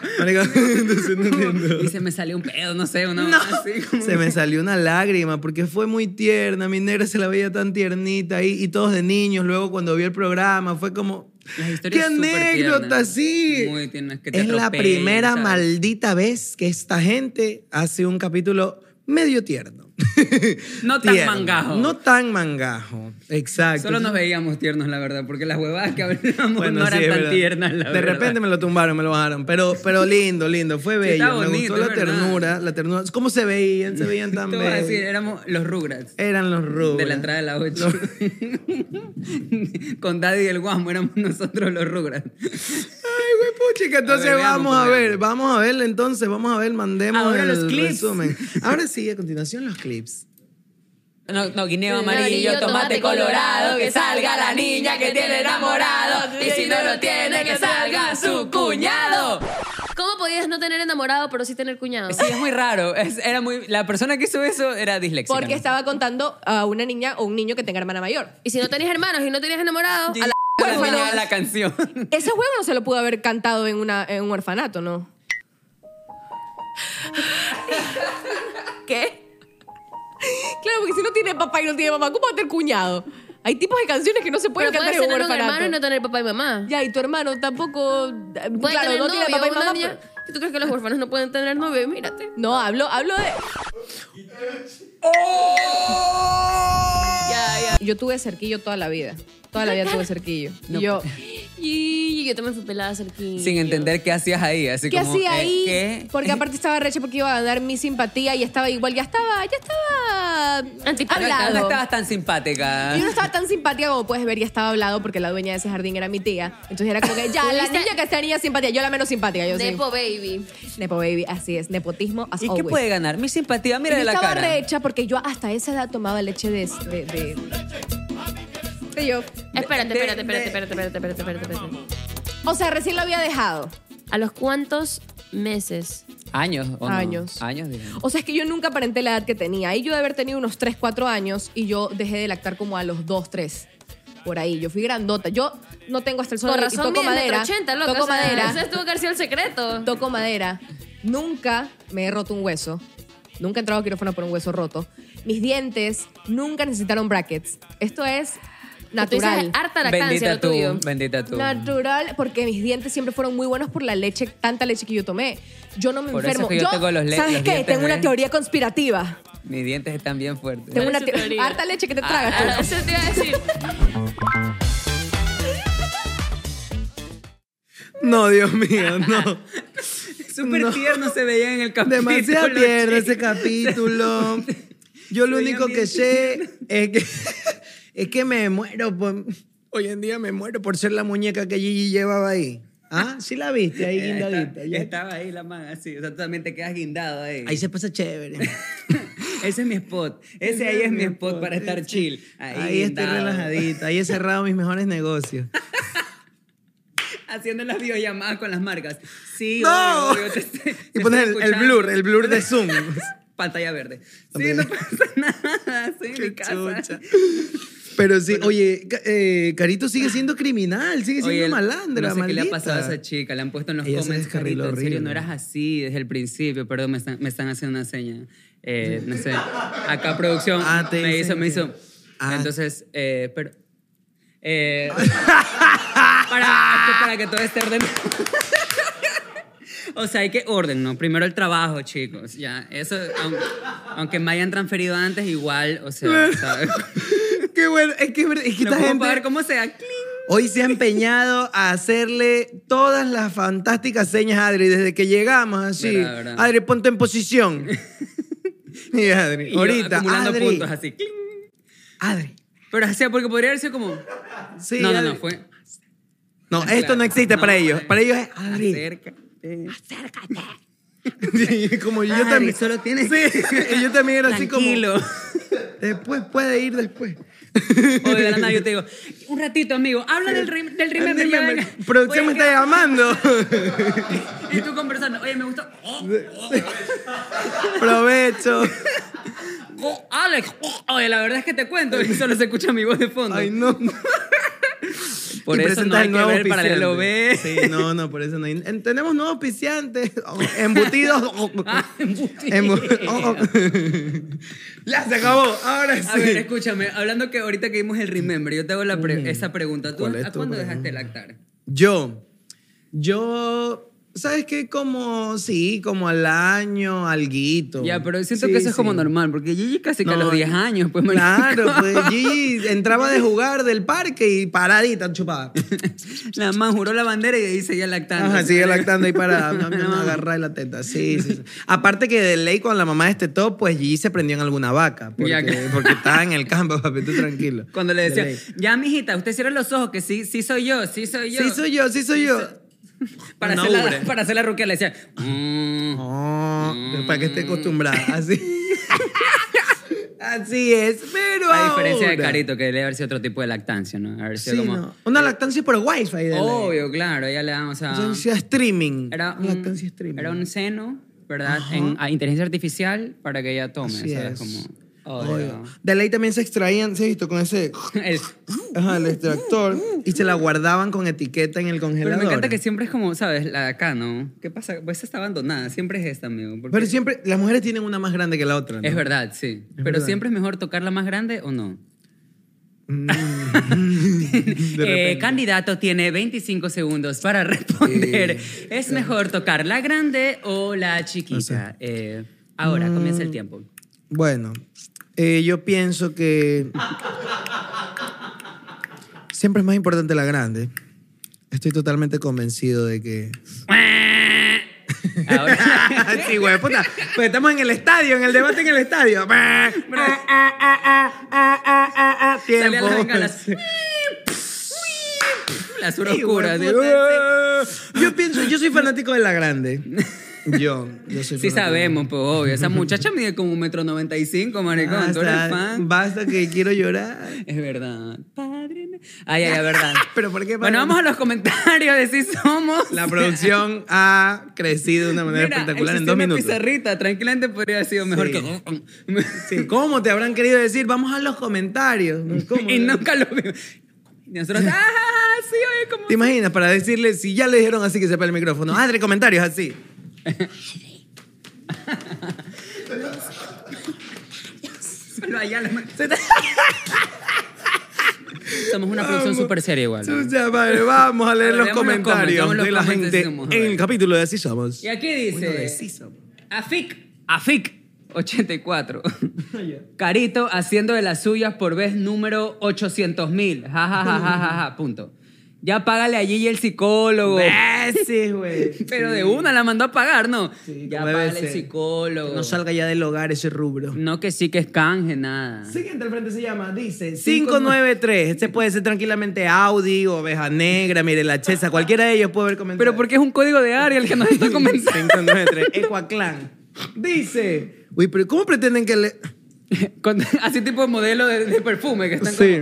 Speaker 1: *laughs*
Speaker 2: *laughs*
Speaker 1: Marico, entonces no entiendo.
Speaker 2: Y se me salió un pedo, no sé,
Speaker 1: *laughs*
Speaker 2: una
Speaker 1: No.
Speaker 2: así como-
Speaker 1: Se me salió una lágrima porque fue muy tierna. Mi negra se la veía tan tiernita ahí y todos de niños. Luego, cuando vi el programa, fue como.
Speaker 2: Las
Speaker 1: ¡Qué
Speaker 2: historias súper
Speaker 1: anécdota,
Speaker 2: tiernas.
Speaker 1: sí!
Speaker 2: Muy tiernas, que te
Speaker 1: es la
Speaker 2: atropellan,
Speaker 1: primera
Speaker 2: ¿sabes?
Speaker 1: maldita vez que esta gente hace un capítulo medio tierno. *laughs*
Speaker 2: No tan
Speaker 1: Tierno.
Speaker 2: mangajo.
Speaker 1: No tan mangajo. Exacto.
Speaker 2: Solo nos veíamos tiernos, la verdad, porque las huevadas que hablábamos
Speaker 1: Bueno,
Speaker 2: *laughs* no
Speaker 1: sí,
Speaker 2: eran
Speaker 1: es
Speaker 2: tan
Speaker 1: verdad.
Speaker 2: tiernas, la
Speaker 1: De
Speaker 2: verdad.
Speaker 1: repente me lo tumbaron, me lo bajaron. Pero, pero lindo, lindo. Fue bello.
Speaker 2: estaba
Speaker 1: me
Speaker 2: bonito,
Speaker 1: gustó la
Speaker 2: es verdad.
Speaker 1: ternura, la ternura. ¿Cómo se veían? Se
Speaker 2: *laughs*
Speaker 1: veían tan
Speaker 2: Todo así,
Speaker 1: bellos.
Speaker 2: éramos los Rugrats.
Speaker 1: Eran los rubros.
Speaker 2: De la entrada de la 8. *laughs* Con Daddy y el Guamo éramos nosotros los Rugrats.
Speaker 1: Ay, güey, puchica. Entonces
Speaker 2: A ver, veamos,
Speaker 1: vamos a
Speaker 2: pues,
Speaker 1: ver. Vamos a verle entonces. Vamos a ver. Mandemos
Speaker 2: Ahora
Speaker 1: el
Speaker 2: los clips. *laughs*
Speaker 1: resumen. Ahora sí, a continuación los clips.
Speaker 2: No, no, guineo
Speaker 3: amarillo, tomate colorado, que salga la niña que tiene enamorado, y si no lo tiene, que salga su cuñado. ¿Cómo podías no tener enamorado pero sí tener cuñado?
Speaker 2: Sí, es muy raro. Es- era muy, la persona que hizo eso era disléxica.
Speaker 4: Porque estaba contando a una niña o un niño que tenga hermana mayor.
Speaker 3: Y si no tenías hermanos y no tenías enamorado,
Speaker 2: Y
Speaker 3: a la
Speaker 2: la,
Speaker 4: huevo,
Speaker 2: niña
Speaker 4: no.
Speaker 2: la canción.
Speaker 4: Ese juego no se lo pudo haber cantado en, una, en un orfanato, ¿no? ¿Qué? Claro, porque si no tiene papá y no tiene mamá, ¿cómo va a tener cuñado? Hay tipos de canciones que no se pueden
Speaker 3: pero puedes
Speaker 4: cantar en un
Speaker 3: tener un
Speaker 4: orfanato.
Speaker 3: hermano y no tener papá y mamá.
Speaker 4: Ya, y tu hermano tampoco.
Speaker 3: Puedes
Speaker 4: claro,
Speaker 3: tener
Speaker 4: no
Speaker 3: novio,
Speaker 4: tiene papá y
Speaker 3: una
Speaker 4: mamá.
Speaker 3: niña-
Speaker 4: pero-
Speaker 3: ¿Tú crees que los huérfanos no pueden tener novio? Mírate.
Speaker 4: No, hablo, hablo de.
Speaker 3: Ya, ya.
Speaker 4: Yo tuve cerquillo toda la vida. Toda la vida tuve cerquillo.
Speaker 2: No,
Speaker 4: y yo.
Speaker 2: pues.
Speaker 4: Y,
Speaker 3: yo también fui pelada cerquilla.
Speaker 2: Sin entender qué hacías ahí. Así
Speaker 4: ¿Qué
Speaker 2: como,
Speaker 4: hacía
Speaker 2: eh,
Speaker 4: ahí?
Speaker 2: ¿qué? *laughs*
Speaker 4: Porque aparte estaba recha porque iba a ganar mi simpatía y estaba igual, ya estaba, ya estaba
Speaker 3: Antipática.
Speaker 2: No, no
Speaker 4: hablado.
Speaker 2: estabas tan simpática.
Speaker 4: Yo no estaba tan simpática como puedes ver, ya estaba hablado porque la dueña de ese jardín era mi tía. Entonces era como que ya, la
Speaker 3: Tuviste-
Speaker 4: niña que sea niña simpática, yo la menos simpática, yo sí.
Speaker 3: Nepo baby.
Speaker 4: Nepo baby, así es, nepotismo as
Speaker 2: ¿Y qué
Speaker 4: always.
Speaker 2: puede ganar? Mi simpatía, mira
Speaker 4: Y yo
Speaker 2: de la
Speaker 4: estaba
Speaker 2: cara.
Speaker 4: recha porque yo hasta esa edad tomaba leche de... de, de- de yo.
Speaker 3: Espérate,
Speaker 2: de- de-
Speaker 3: espérate, espérate, espérate, espérate, espérate, espérate, espérate.
Speaker 4: O sea, recién lo había dejado.
Speaker 3: ¿A los cuántos meses?
Speaker 2: Años. ¿o no?
Speaker 4: Años.
Speaker 2: Años, digamos.
Speaker 4: O sea, es que yo nunca aparenté la edad que tenía. Ahí yo de haber tenido unos 3, 4 años y yo dejé de lactar como a los 2, 3. Por ahí, yo fui grandota. Yo no tengo hasta el sol
Speaker 3: Con
Speaker 4: y
Speaker 3: razón,
Speaker 4: toco
Speaker 3: mide
Speaker 4: madera.
Speaker 3: 80, loco.
Speaker 4: toco
Speaker 3: o sea,
Speaker 4: madera.
Speaker 3: Ese estuvo que haber sido el secreto.
Speaker 4: Toco madera. Nunca me he roto un hueso. Nunca he entrado a quirófano por un hueso roto. Mis dientes nunca necesitaron brackets. Esto es
Speaker 3: Tú
Speaker 4: natural.
Speaker 3: dices, harta lactancia
Speaker 2: Bendita
Speaker 3: lo
Speaker 2: tú,
Speaker 3: tuyo.
Speaker 2: bendita tú.
Speaker 4: Natural, porque mis dientes siempre fueron muy buenos por la leche, tanta leche que yo tomé. Yo no me
Speaker 2: Por eso
Speaker 4: enfermo.
Speaker 2: es que yo tengo los le-
Speaker 4: ¿Sabes
Speaker 2: los
Speaker 4: qué?
Speaker 2: dientes,
Speaker 4: Tengo una
Speaker 2: ¿ves?
Speaker 4: teoría conspirativa.
Speaker 2: Mis dientes están bien fuertes.
Speaker 3: ¿Cuál
Speaker 4: Tengo una
Speaker 3: es tu
Speaker 4: teoría.
Speaker 3: teoría?
Speaker 4: Harta leche que te
Speaker 3: Ah,
Speaker 4: tragas. tú.
Speaker 3: *laughs* ah, Eso te iba a decir.
Speaker 1: No, Dios mío, no.
Speaker 2: *laughs* Súper
Speaker 1: No.
Speaker 2: tierno se veía en el capítulo.
Speaker 1: *laughs* Demasiado tierno ese
Speaker 2: chico. *laughs*
Speaker 1: capítulo. Yo lo
Speaker 2: Oye,
Speaker 1: único
Speaker 2: mi-
Speaker 1: que sé es que, *laughs* es que me muero. Por, hoy en día me muero por ser la muñeca que Gigi llevaba ahí. ¿Ah? Sí la viste ahí
Speaker 2: Ahí Eh, está,
Speaker 1: guindadita.
Speaker 2: ya
Speaker 1: ya.
Speaker 2: Estaba ahí la mano, así. O sea, tú también te quedas guindado ahí.
Speaker 1: Ahí se pasa chévere.
Speaker 2: *laughs* Ese es mi
Speaker 1: *laughs*
Speaker 2: spot. Ese ahí es mi spot para estar chill. Ahí,
Speaker 1: Ahí, estoy
Speaker 2: guindado.
Speaker 1: relajadita. Ahí he cerrado mis mejores negocios.
Speaker 2: *laughs* Haciendo las videollamadas con las marcas. Sí,
Speaker 1: ¡No!
Speaker 2: obvio, obvio, te-
Speaker 1: *laughs* Y
Speaker 2: te estoy
Speaker 1: pones el, el
Speaker 2: escuchando.
Speaker 1: blur, el blur de Zoom.
Speaker 2: *laughs* Pantalla verde. Sí,
Speaker 1: Pantalla-
Speaker 2: no pasa *laughs* nada. Estoy en mi
Speaker 1: *laughs* Qué
Speaker 2: casa.
Speaker 1: chucha. Pero sí, oye, ca- eh, Carito sigue siendo criminal, sigue siendo
Speaker 2: Oye, el-
Speaker 1: malandra,
Speaker 2: No sé qué le ha
Speaker 1: maldita.
Speaker 2: pasado a esa chica. Le han puesto en los
Speaker 1: Ella se
Speaker 2: comments.
Speaker 1: descarriló
Speaker 2: Carito, en serio, no
Speaker 1: horrible.
Speaker 2: eras así desde el principio. Perdón, me están, me están haciendo una seña.
Speaker 1: *laughs*
Speaker 2: Eh, no sé. Acá producción
Speaker 1: Ah, te
Speaker 2: me
Speaker 1: dicen
Speaker 2: hizo, me
Speaker 1: que-
Speaker 2: hizo.
Speaker 1: Ah.
Speaker 2: Entonces, eh, pero...
Speaker 1: *laughs*
Speaker 2: eh, para, para que todo esté ordenado. *laughs* O sea, hay que orden, ¿no? Primero el trabajo, chicos. Ya, eso, aunque, aunque me hayan transferido antes, igual,
Speaker 1: *laughs*
Speaker 2: o sea, ¿sabes?
Speaker 1: Qué bueno, es que, es verdad, es que
Speaker 2: Lo
Speaker 1: esta
Speaker 2: puedo
Speaker 1: gente
Speaker 2: pagar como sea. ¡Cling!
Speaker 1: hoy se ha empeñado a hacerle todas las fantásticas señas a Adri desde que llegamos así.
Speaker 2: Verdad, verdad.
Speaker 1: Adri, ponte en
Speaker 2: *laughs*
Speaker 1: posición. Y Adri,
Speaker 2: Y yo
Speaker 1: ahorita,
Speaker 2: acumulando
Speaker 1: Adri,
Speaker 2: puntos así. ¡cling!
Speaker 1: Adri.
Speaker 2: Pero o sea, porque podría haber sido como.
Speaker 1: Sí,
Speaker 2: no, no,
Speaker 1: Adri.
Speaker 2: no, fue.
Speaker 1: No, esto
Speaker 2: Claro.
Speaker 1: no existe para
Speaker 2: No,
Speaker 1: ellos.
Speaker 2: eh.
Speaker 1: Para ellos es
Speaker 2: *laughs*
Speaker 1: Adri.
Speaker 2: Acércate.
Speaker 1: Sí, como yo
Speaker 2: Adri,
Speaker 1: también.
Speaker 2: solo tienes- *laughs*
Speaker 1: Sí, y yo también era
Speaker 2: Tranquilo.
Speaker 1: así como. Después, puede ir después.
Speaker 2: O de la nada yo
Speaker 1: *laughs*
Speaker 2: te digo, un ratito, amigo, habla del, rim- del remember. ya
Speaker 1: Dime,
Speaker 2: venga.
Speaker 1: Producción me
Speaker 2: Oye,
Speaker 1: está llamando.
Speaker 2: *laughs* ¿qué? Y tú conversando, oye, me gustó. Oh,
Speaker 1: Provecho.
Speaker 2: oh, Alex, oh, oye, la verdad es que te cuento, y solo se escucha mi voz de fondo.
Speaker 1: Ay, no.
Speaker 2: Por
Speaker 1: Y
Speaker 2: eso
Speaker 1: presentas
Speaker 2: no hay
Speaker 1: el
Speaker 2: que
Speaker 1: nuevo
Speaker 2: ver
Speaker 1: auspiciante.
Speaker 2: paralelo B.
Speaker 1: Sí, no, no, por eso no hay. en- Tenemos nuevos auspiciantes. Oh, embutidos. Oh, oh.
Speaker 2: *laughs* Ah, embutido.
Speaker 1: Embu- oh, oh. ya se acabó. Ahora sí.
Speaker 2: A ver, escúchame, hablando que ahorita que vimos el remember, yo te hago la pre- esa pregunta. ¿Tú
Speaker 1: ¿Cuál es
Speaker 2: a
Speaker 1: tu
Speaker 2: cuándo
Speaker 1: pregunta?
Speaker 2: dejaste lactar?
Speaker 1: Yo, yo, ¿sabes qué? Como, sí, como al año, alguito.
Speaker 2: Ya, pero siento
Speaker 1: Sí,
Speaker 2: que eso es
Speaker 1: sí.
Speaker 2: como normal, porque Gigi casi que a los
Speaker 1: No,
Speaker 2: 10 años, pues marico.
Speaker 1: Claro,
Speaker 2: *laughs*
Speaker 1: pues Gigi entraba de jugar del parque y paradita, chupada.
Speaker 2: La man juró la bandera y ahí seguía lactando.
Speaker 1: Ajá, sigue lactando ahí
Speaker 2: *laughs*
Speaker 1: para agarrar la teta. Sí, sí, sí. Aparte que de ley con la mamá de este top, pues Gigi se prendió en alguna vaca.
Speaker 2: Ya
Speaker 1: Porque,
Speaker 2: que-
Speaker 1: porque estaba en el campo, *laughs* papi, tú tranquilo.
Speaker 2: Cuando le
Speaker 1: De
Speaker 2: decía,
Speaker 1: ley.
Speaker 2: ya, mijita, usted cierra los ojos, que sí, sí soy yo, sí soy yo.
Speaker 1: Sí soy yo, sí soy yo.
Speaker 2: Para,
Speaker 1: No
Speaker 2: hacer la,
Speaker 1: ure.
Speaker 2: para hacer la ruquia le decía, "Mm".
Speaker 1: Oh, para que esté acostumbrada.
Speaker 2: *laughs*
Speaker 1: Así. Así es, pero
Speaker 2: a diferencia de
Speaker 1: ahora-
Speaker 2: Carito, que debe haber sido otro tipo de lactancia, ¿no? Haber sido
Speaker 1: Sí,
Speaker 2: como, eh,
Speaker 1: no. Una lactancia por wifi. De ley.
Speaker 2: obvio, claro, ella le daba, o sea,
Speaker 1: Lactancia streaming.
Speaker 2: era
Speaker 1: lactancia
Speaker 2: un,
Speaker 1: streaming.
Speaker 2: era un seno, ¿verdad?
Speaker 1: Ajá.
Speaker 2: En, a inteligencia artificial para que ella tome,
Speaker 1: Así
Speaker 2: o sea,
Speaker 1: es.
Speaker 2: como,
Speaker 1: Obvio.
Speaker 2: obvio. *laughs*
Speaker 1: De ley también se extraían, ¿se ha visto? Con ese...
Speaker 2: El-
Speaker 1: Ajá, el extractor. Y se la guardaban con etiqueta en el
Speaker 2: pero
Speaker 1: congelador.
Speaker 2: me encanta que siempre es como, ¿sabes? La de acá, ¿no? ¿Qué pasa? Pues esta está abandonada, siempre es esta, amigo. porque-
Speaker 1: Pero siempre... Las mujeres tienen una más grande que la otra, ¿no?
Speaker 2: Es verdad, sí. Pero
Speaker 1: verdad.
Speaker 2: siempre es mejor tocarla más grande o no.
Speaker 1: *laughs* De repente.
Speaker 2: *laughs* Eh, candidato tiene 25 segundos para responder. ¿Es mejor tocar la grande o la chiquita? Eh, ahora comienza el tiempo.
Speaker 1: Mm. Bueno, eh, yo pienso que... Siempre es más importante la grande. Estoy totalmente convencido de
Speaker 2: *laughs*
Speaker 1: que.
Speaker 2: Ahora,
Speaker 1: *laughs* sí, güey, puta. Pues estamos en el estadio, en el debate en el estadio. *laughs*
Speaker 2: sale a las
Speaker 1: Tiempo.
Speaker 2: bengalas. Las
Speaker 1: Sí,
Speaker 2: oscuras.
Speaker 1: güey, puta, sí. "Ah". Yo pienso, yo soy fanático de la
Speaker 2: *laughs*
Speaker 1: grande. Yo, yo soy
Speaker 2: Sí
Speaker 1: fanático.
Speaker 2: sabemos, pues obvio. Esa muchacha mide como un metro noventa y cinco, maricón.
Speaker 1: Ah,
Speaker 2: Tú eres
Speaker 1: Basta,
Speaker 2: fan.
Speaker 1: basta que quiero llorar.
Speaker 2: Es verdad. Padre. no- Ay, ay, es verdad.
Speaker 1: *laughs* Pero ¿por qué?
Speaker 2: Bueno,
Speaker 1: padre?
Speaker 2: vamos a los comentarios de si somos.
Speaker 1: La producción
Speaker 2: *laughs*
Speaker 1: ha crecido de una manera
Speaker 2: Mira,
Speaker 1: espectacular en
Speaker 2: existió
Speaker 1: dos
Speaker 2: una
Speaker 1: minutos.
Speaker 2: pizarrita, tranquilamente podría haber sido mejor
Speaker 1: Sí.
Speaker 2: que.
Speaker 1: Sí, ¿Cómo te habrán querido decir? Vamos a los
Speaker 2: *laughs*
Speaker 1: comentarios. ¿Cómo?
Speaker 2: y nunca lo vi.
Speaker 1: *laughs*
Speaker 2: Y nosotros, ¡ah! Sí, oye, como.
Speaker 1: ¿Te imaginas? Para decirle, si ya le dijeron así que sepa el micrófono. Adri, comentarios así.
Speaker 2: Solo allá
Speaker 1: *laughs*
Speaker 2: la man- *laughs* Somos una producción súper seria igual. ¿no?
Speaker 1: Chucha madre, vamos a leer los
Speaker 2: Leamos los
Speaker 1: comentarios
Speaker 2: comments,
Speaker 1: de la
Speaker 2: leamos los comments,
Speaker 1: gente
Speaker 2: decimos, a
Speaker 1: en
Speaker 2: ver.
Speaker 1: el capítulo de Así Somos.
Speaker 2: Y aquí
Speaker 1: Bueno, de Así
Speaker 2: dice.
Speaker 1: Somos.
Speaker 2: Afic. Afic. 84. *laughs* Carito haciendo de las suyas por vez número 800 mil. Ja, ja, ja, ja, ja, ja, punto. Ya págale a Gigi el psicólogo.
Speaker 1: *laughs* Veces, Ah, güey.
Speaker 2: Pero de una la mandó a pagar, ¿no?
Speaker 1: Sí,
Speaker 2: ya
Speaker 1: como debe
Speaker 2: págale el
Speaker 1: ser.
Speaker 2: psicólogo.
Speaker 1: No salga ya del hogar ese rubro.
Speaker 2: No, que sí que es canje, nada.
Speaker 1: Siguiente al frente se llama, dice
Speaker 2: Cinco
Speaker 1: 593. Este puede ser tranquilamente Audi, Oveja Negra, mire la Chesa, cualquiera de ellos puede haber comentado.
Speaker 2: Pero porque es un código de área el que
Speaker 1: *laughs*
Speaker 2: nos está comenzando.
Speaker 1: 593, Ecuaclan. Dice. Uy, pero ¿cómo pretenden que le.?
Speaker 2: Con- así tipo modelo de, de perfume que están
Speaker 1: Sí.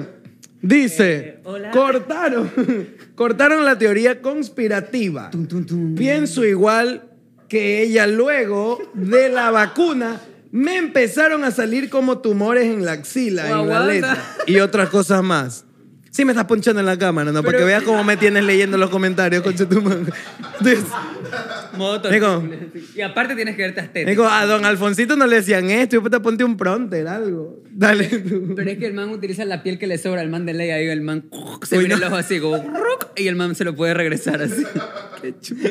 Speaker 1: Dice,
Speaker 2: Eh, hola.
Speaker 1: cortaron, *laughs* cortaron la teoría conspirativa. Pienso igual que ella luego de
Speaker 2: *laughs*
Speaker 1: la vacuna. Me empezaron a salir como tumores en la axila, en la
Speaker 2: Aguanta.
Speaker 1: aleta y otras cosas más. Sí me estás ponchando en la cámara, ¿no? Para
Speaker 2: Pero-
Speaker 1: que veas cómo me tienes leyendo los comentarios, concha tu madre.
Speaker 2: *laughs*
Speaker 1: Entonces,
Speaker 2: como modo
Speaker 1: Nico.
Speaker 2: tortícolis. Y aparte tienes que verte las tetas.
Speaker 1: digo, a don Alfoncito no le decían esto, y puta, ponte un prompter, algo. Dale tú.
Speaker 2: Pero es que el man utiliza la piel que le sobra al man de ley, ahí el man se
Speaker 1: Uy,
Speaker 2: mira
Speaker 1: no.
Speaker 2: el ojo así como ruc, y el man se lo puede regresar así. Qué chulo.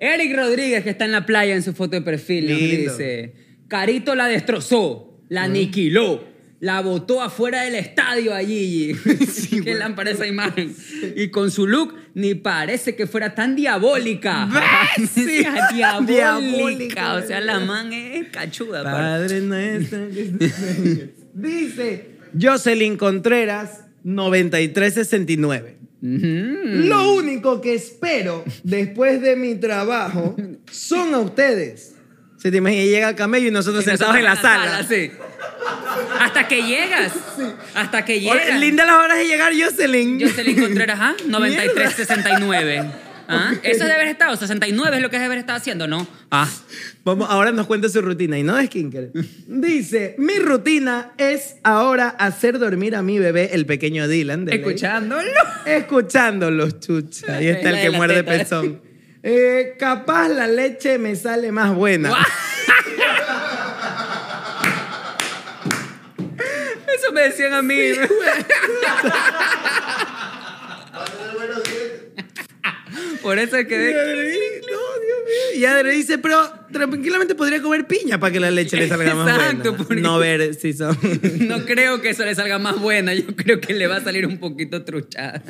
Speaker 2: Eric Rodríguez que está en la playa en su foto de perfil nos
Speaker 1: Lindo.
Speaker 2: dice, Carito la destrozó, la aniquiló, la botó afuera del estadio a *laughs* Gigi. Qué lámpara esa imagen. Y con su look ni parece que fuera tan diabólica. *laughs* Sí, diabólica,
Speaker 1: Diabólica.
Speaker 2: o sea, la man es cachuda. parce.
Speaker 1: Padre nuestro. *laughs* que estás en el- Dice Jocelyn Contreras, 9369. Lo único que espero después de mi trabajo son a ustedes. Se te imagina, llega el camello y nosotros
Speaker 2: Y
Speaker 1: sentados
Speaker 2: nosotros
Speaker 1: en la sala.
Speaker 2: sí. Hasta que llegas. Hasta que
Speaker 1: Hola,
Speaker 2: llegas.
Speaker 1: Linda las horas de llegar, Jocelyn.
Speaker 2: Jocelyn Contreras, ¿ah? 9369. ¿Ah? Eso es de haber estado. 69 es lo que es de haber estado haciendo, ¿no? Ah.
Speaker 1: *laughs* Vamos, ahora nos cuenta su rutina y no es Kinker. Dice, mi rutina es ahora hacer dormir a mi bebé, el pequeño Dylan. de ley.
Speaker 2: Escuchándolo. *laughs*
Speaker 1: Escuchándolos, chucha. Ahí está el
Speaker 2: La de
Speaker 1: que
Speaker 2: la
Speaker 1: muerde
Speaker 2: teta.
Speaker 1: pezón. Eh, capaz la leche me sale más buena.
Speaker 2: Eso me decían a mí. *laughs* Por eso es que.
Speaker 1: Y
Speaker 2: de-
Speaker 1: Adri, no, Dios mío. Y Adri dice, pero tranquilamente podría comer piña para que la leche le salga más
Speaker 2: Exacto,
Speaker 1: buena.
Speaker 2: porque-
Speaker 1: No ver si
Speaker 2: *laughs*
Speaker 1: son...
Speaker 2: No creo que eso le salga más buena. Yo creo que le va a salir un poquito truchada.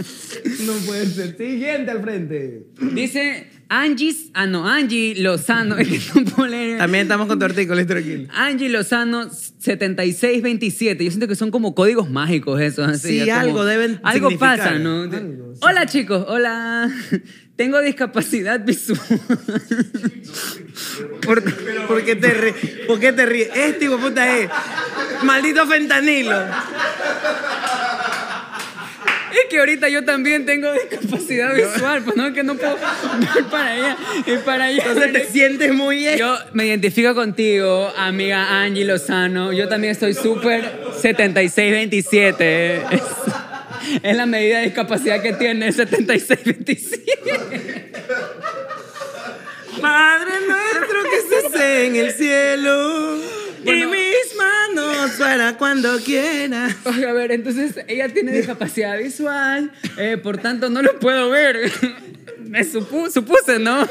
Speaker 1: no puede ser. Siguiente al frente.
Speaker 2: Dice Angie. Ah, no, Angie Lozano. *laughs* Es que no puedo leer.
Speaker 1: También estamos con tu artículo, es tranquilo.
Speaker 2: Angie Lozano 7627. Yo siento que son como códigos mágicos esos. Así,
Speaker 1: Sí,
Speaker 2: es como-
Speaker 1: algo deben
Speaker 2: Algo
Speaker 1: significar.
Speaker 2: pasa, ¿no?
Speaker 1: Algo, sí.
Speaker 2: Hola chicos, hola. *laughs* Tengo discapacidad visual. *laughs*
Speaker 1: ¿Por, por qué te ríes? ¿Por qué te ríes? Este hijo de puta es... Maldito fentanilo.
Speaker 2: Es que ahorita yo también tengo
Speaker 1: *laughs*
Speaker 2: discapacidad visual, pues no, que no puedo ver para allá y para allá.
Speaker 1: Entonces te sientes muy...
Speaker 2: Yo me identifico contigo, amiga Angie Lozano. Yo también estoy súper 7627. Es, es la medida de discapacidad que tiene 7627.
Speaker 1: Padre nuestro que estás en el cielo.
Speaker 2: Bueno.
Speaker 1: Y mis manos para cuando quieras.
Speaker 2: Oye, a ver, entonces ella tiene discapacidad visual, eh, por tanto no lo puedo ver. Me supu- supuse, ¿no?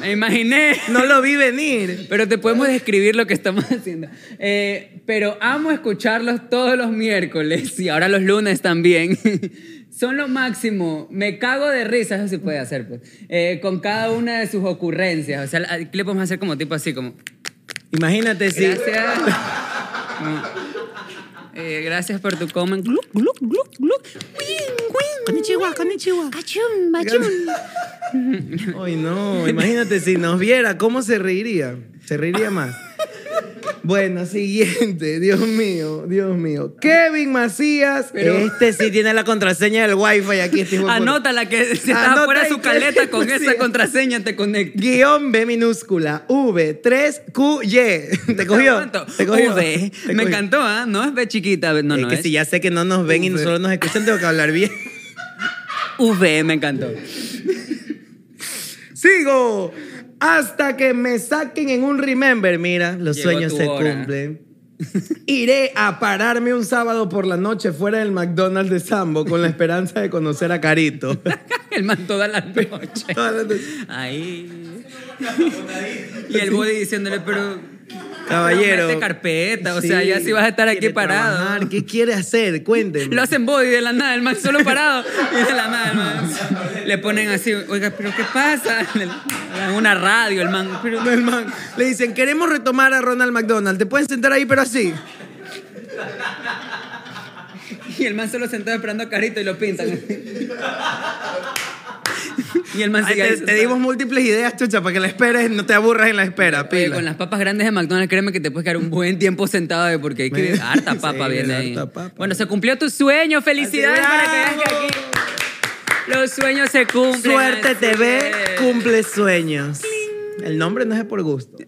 Speaker 2: Me imaginé.
Speaker 1: No lo vi venir.
Speaker 2: Pero te podemos describir lo que estamos *laughs* haciendo. Eh, pero amo escucharlos todos los miércoles y ahora los lunes también. *laughs* son lo máximo. Me cago de risa, eso sí puede hacer, pues. Eh, con cada una de sus ocurrencias. O sea, ¿qué le podemos hacer como tipo así, como,
Speaker 1: Imagínate si.
Speaker 2: gracias. Ah. Eh, gracias por tu comment. Gluc, gluc, gluc, gluc.
Speaker 1: Konnichiwa, konnichiwa. Ay, no, imagínate si nos viera, ¿cómo se reiría? Se reiría más. Bueno, siguiente, Dios mío, Dios mío. Kevin Macías,
Speaker 2: Pero-
Speaker 1: este sí tiene la contraseña del wifi aquí. Este hijo de puta.
Speaker 2: Anótala que si estás
Speaker 1: Anota
Speaker 2: fuera de
Speaker 1: y
Speaker 2: su
Speaker 1: que- *laughs*
Speaker 2: caleta con
Speaker 1: pues,
Speaker 2: esa
Speaker 1: sí.
Speaker 2: contraseña te conecto.
Speaker 1: Guión B minúscula, V3QY. *laughs* ¿Te cogió?
Speaker 2: Aguanto.
Speaker 1: ¿Te cogió?
Speaker 2: V.
Speaker 1: ¿Te
Speaker 2: Me
Speaker 1: cogió?
Speaker 2: encantó, ¿ah? No es B chiquita, no,
Speaker 1: es
Speaker 2: no.
Speaker 1: que
Speaker 2: es
Speaker 1: si ya sé que no nos ven y
Speaker 2: V.
Speaker 1: solo nos escuchan, tengo que hablar
Speaker 2: *laughs*
Speaker 1: bien.
Speaker 2: V, me encantó.
Speaker 1: Sigo hasta que me saquen en un remember. Mira, los
Speaker 2: Llegó
Speaker 1: sueños
Speaker 2: tu
Speaker 1: se
Speaker 2: hora. *laughs*
Speaker 1: cumplen. Iré a pararme un sábado por la noche fuera del McDonald's de Sambo con la esperanza de conocer a
Speaker 2: *laughs*
Speaker 1: Carito.
Speaker 2: El man toda la noche.
Speaker 1: Toda la noche.
Speaker 2: Ahí. y el body diciéndole, pero.
Speaker 1: Caballero.
Speaker 2: pero mete carpeta, o sea, ya si vas a estar aquí
Speaker 1: quiere
Speaker 2: parado.
Speaker 1: trabajar, ¿Qué quiere hacer? Cuénteme.
Speaker 2: Lo hacen body de la nada, el man solo parado. Y de la nada, el man. Le ponen así, oiga, pero ¿qué pasa? Le dan Una radio, el man. Pero,
Speaker 1: No, el man. Le dicen, queremos retomar a Ronald McDonald. Te pueden sentar ahí, pero así.
Speaker 2: y el man solo sentado esperando a Carito y lo pintan. y el man
Speaker 1: Ay,
Speaker 2: sigue ahí
Speaker 1: te, te
Speaker 2: sentado.
Speaker 1: dimos múltiples ideas, chucha, para que la esperes, no te aburras en la espera.
Speaker 2: Oye,
Speaker 1: pila.
Speaker 2: con las papas grandes de McDonald's, créeme que te puedes quedar un buen tiempo sentado de porque hay que
Speaker 1: Me-
Speaker 2: harta
Speaker 1: *laughs* Sí,
Speaker 2: papa
Speaker 1: me
Speaker 2: viene
Speaker 1: da
Speaker 2: ahí.
Speaker 1: harta papa.
Speaker 2: Bueno, se cumplió tu sueño, felicidades
Speaker 1: Así,
Speaker 2: para que veas que
Speaker 1: bravo.
Speaker 2: aquí los sueños se cumplen.
Speaker 1: Suerte
Speaker 2: así
Speaker 1: TV
Speaker 2: es.
Speaker 1: cumple sueños. El nombre no es por
Speaker 2: *laughs*
Speaker 1: gusto.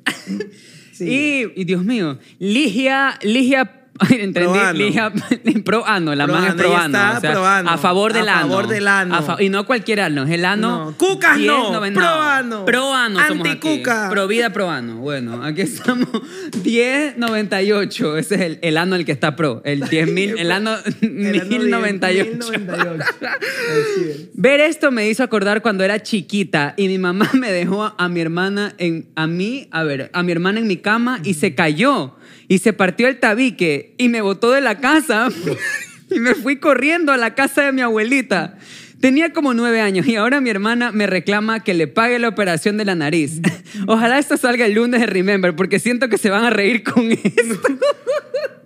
Speaker 1: Sí.
Speaker 2: Y, y Dios mío, Ligia, Ligia *laughs* Ay, entendí,
Speaker 1: Proano.
Speaker 2: Ligia *laughs* Proano, la man es
Speaker 1: Proano, ella está
Speaker 2: proano. o sea,
Speaker 1: proano,
Speaker 2: A favor del
Speaker 1: a
Speaker 2: ano.
Speaker 1: favor del ano.
Speaker 2: A fa- y no cualquier ano, es el ano.
Speaker 1: No, cucas no,
Speaker 2: 10.99.
Speaker 1: proano.
Speaker 2: Proano somos aquí.
Speaker 1: Anticuca.
Speaker 2: Provida proano. Bueno, aquí estamos. *laughs* 1098. Ese es el, el ano el que está pro. El
Speaker 1: *laughs*
Speaker 2: 10.000, el ano
Speaker 1: El ano
Speaker 2: 1098. *laughs*
Speaker 1: 1098. Así es.
Speaker 2: Ver esto me hizo acordar cuando era chiquita y mi mamá *laughs* me dejó a mi hermana en a mí, a ver, a mi hermana en mi cama y se cayó y se partió el tabique y me botó de la casa *laughs* y me fui corriendo a la casa de mi abuelita. Tenía como nueve años y ahora mi hermana me reclama que le pague la operación de la nariz. *laughs* Ojalá esto salga el lunes de Remember porque siento que se van a reír
Speaker 1: *laughs*
Speaker 2: con esto.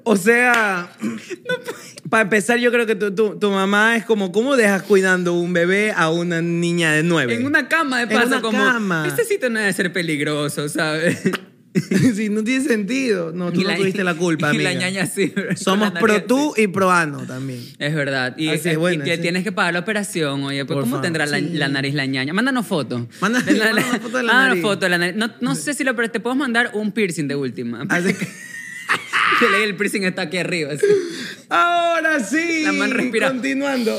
Speaker 1: O sea, para empezar, yo creo que tu, tu- tu mamá es como, ¿cómo dejas cuidando un bebé a una niña de nueve?
Speaker 2: En una cama de
Speaker 1: En
Speaker 2: paso
Speaker 1: una
Speaker 2: como
Speaker 1: cama.
Speaker 2: este sitio no debe ser peligroso, ¿sabes? *laughs*
Speaker 1: *laughs* sí, no tiene sentido. No, tú
Speaker 2: Y *laughs*
Speaker 1: no tuviste la culpa,
Speaker 2: y
Speaker 1: amiga.
Speaker 2: la ñaña sí. *laughs* con
Speaker 1: Somos
Speaker 2: la
Speaker 1: pro
Speaker 2: nariz
Speaker 1: tú
Speaker 2: así.
Speaker 1: y pro ano también.
Speaker 2: Es verdad. Y,
Speaker 1: Así es,
Speaker 2: y-
Speaker 1: bueno,
Speaker 2: y
Speaker 1: sí.
Speaker 2: tienes que pagar la operación, oye. Pues,
Speaker 1: Por
Speaker 2: ¿Cómo
Speaker 1: favor,
Speaker 2: tendrá la,
Speaker 1: sí.
Speaker 2: la nariz la ñaña? Mándanos foto.
Speaker 1: Manda- *laughs* mándanos foto de la
Speaker 2: mándanos
Speaker 1: nariz.
Speaker 2: Ah, foto de la nariz. No, no sé si lo, pero te podemos mandar un piercing de última. *laughs*
Speaker 1: Así que-
Speaker 2: Que leí el piercing está aquí arriba. así.
Speaker 1: Ahora sí.
Speaker 2: La man respira. *laughs*
Speaker 1: Continuando.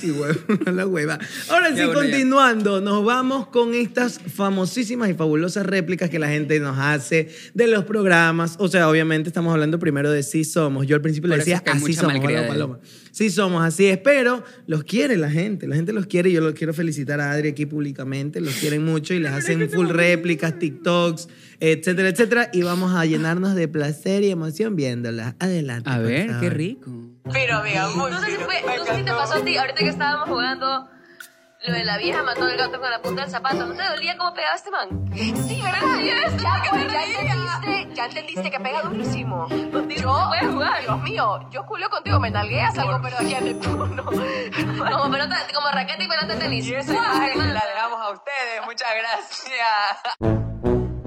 Speaker 1: Sí, huevona, la hueva. Ahora
Speaker 2: Ya,
Speaker 1: sí,
Speaker 2: bueno, ya.
Speaker 1: continuando. Nos vamos con estas famosísimas y fabulosas réplicas que la gente nos hace de los programas. O sea, obviamente estamos hablando primero de sí somos. Yo al principio le
Speaker 2: Por eso
Speaker 1: decía
Speaker 2: es que hay
Speaker 1: así
Speaker 2: mucha
Speaker 1: somos,
Speaker 2: malcriadez.
Speaker 1: Paloma, Paloma. Sí somos, así es. Pero los quiere la gente. La gente los quiere. Yo los quiero felicitar a Adri aquí públicamente. Los quieren mucho y les hacen full réplicas, TikToks, etcétera, etcétera. Y vamos a llenarnos de placer y emoción viéndolas. Adelante.
Speaker 2: A
Speaker 1: por
Speaker 2: ver, qué
Speaker 1: favor.
Speaker 2: rico.
Speaker 3: No sé si fue, no sé si te pasó a ti, ahorita que estábamos jugando lo de la vieja mató al gato con la punta del zapato, ¿no te dolía cómo pegaba este man? Sí, ¿verdad? Ya, entendiste, Pues ya entendiste que pega durísimo. Contigo no puedes jugar. Dios mío, yo culo contigo, me nalgueas algo, pero aquí en el *laughs* turno. como pelota, como raqueta y pelota de tenis. la dejamos a ustedes, muchas gracias.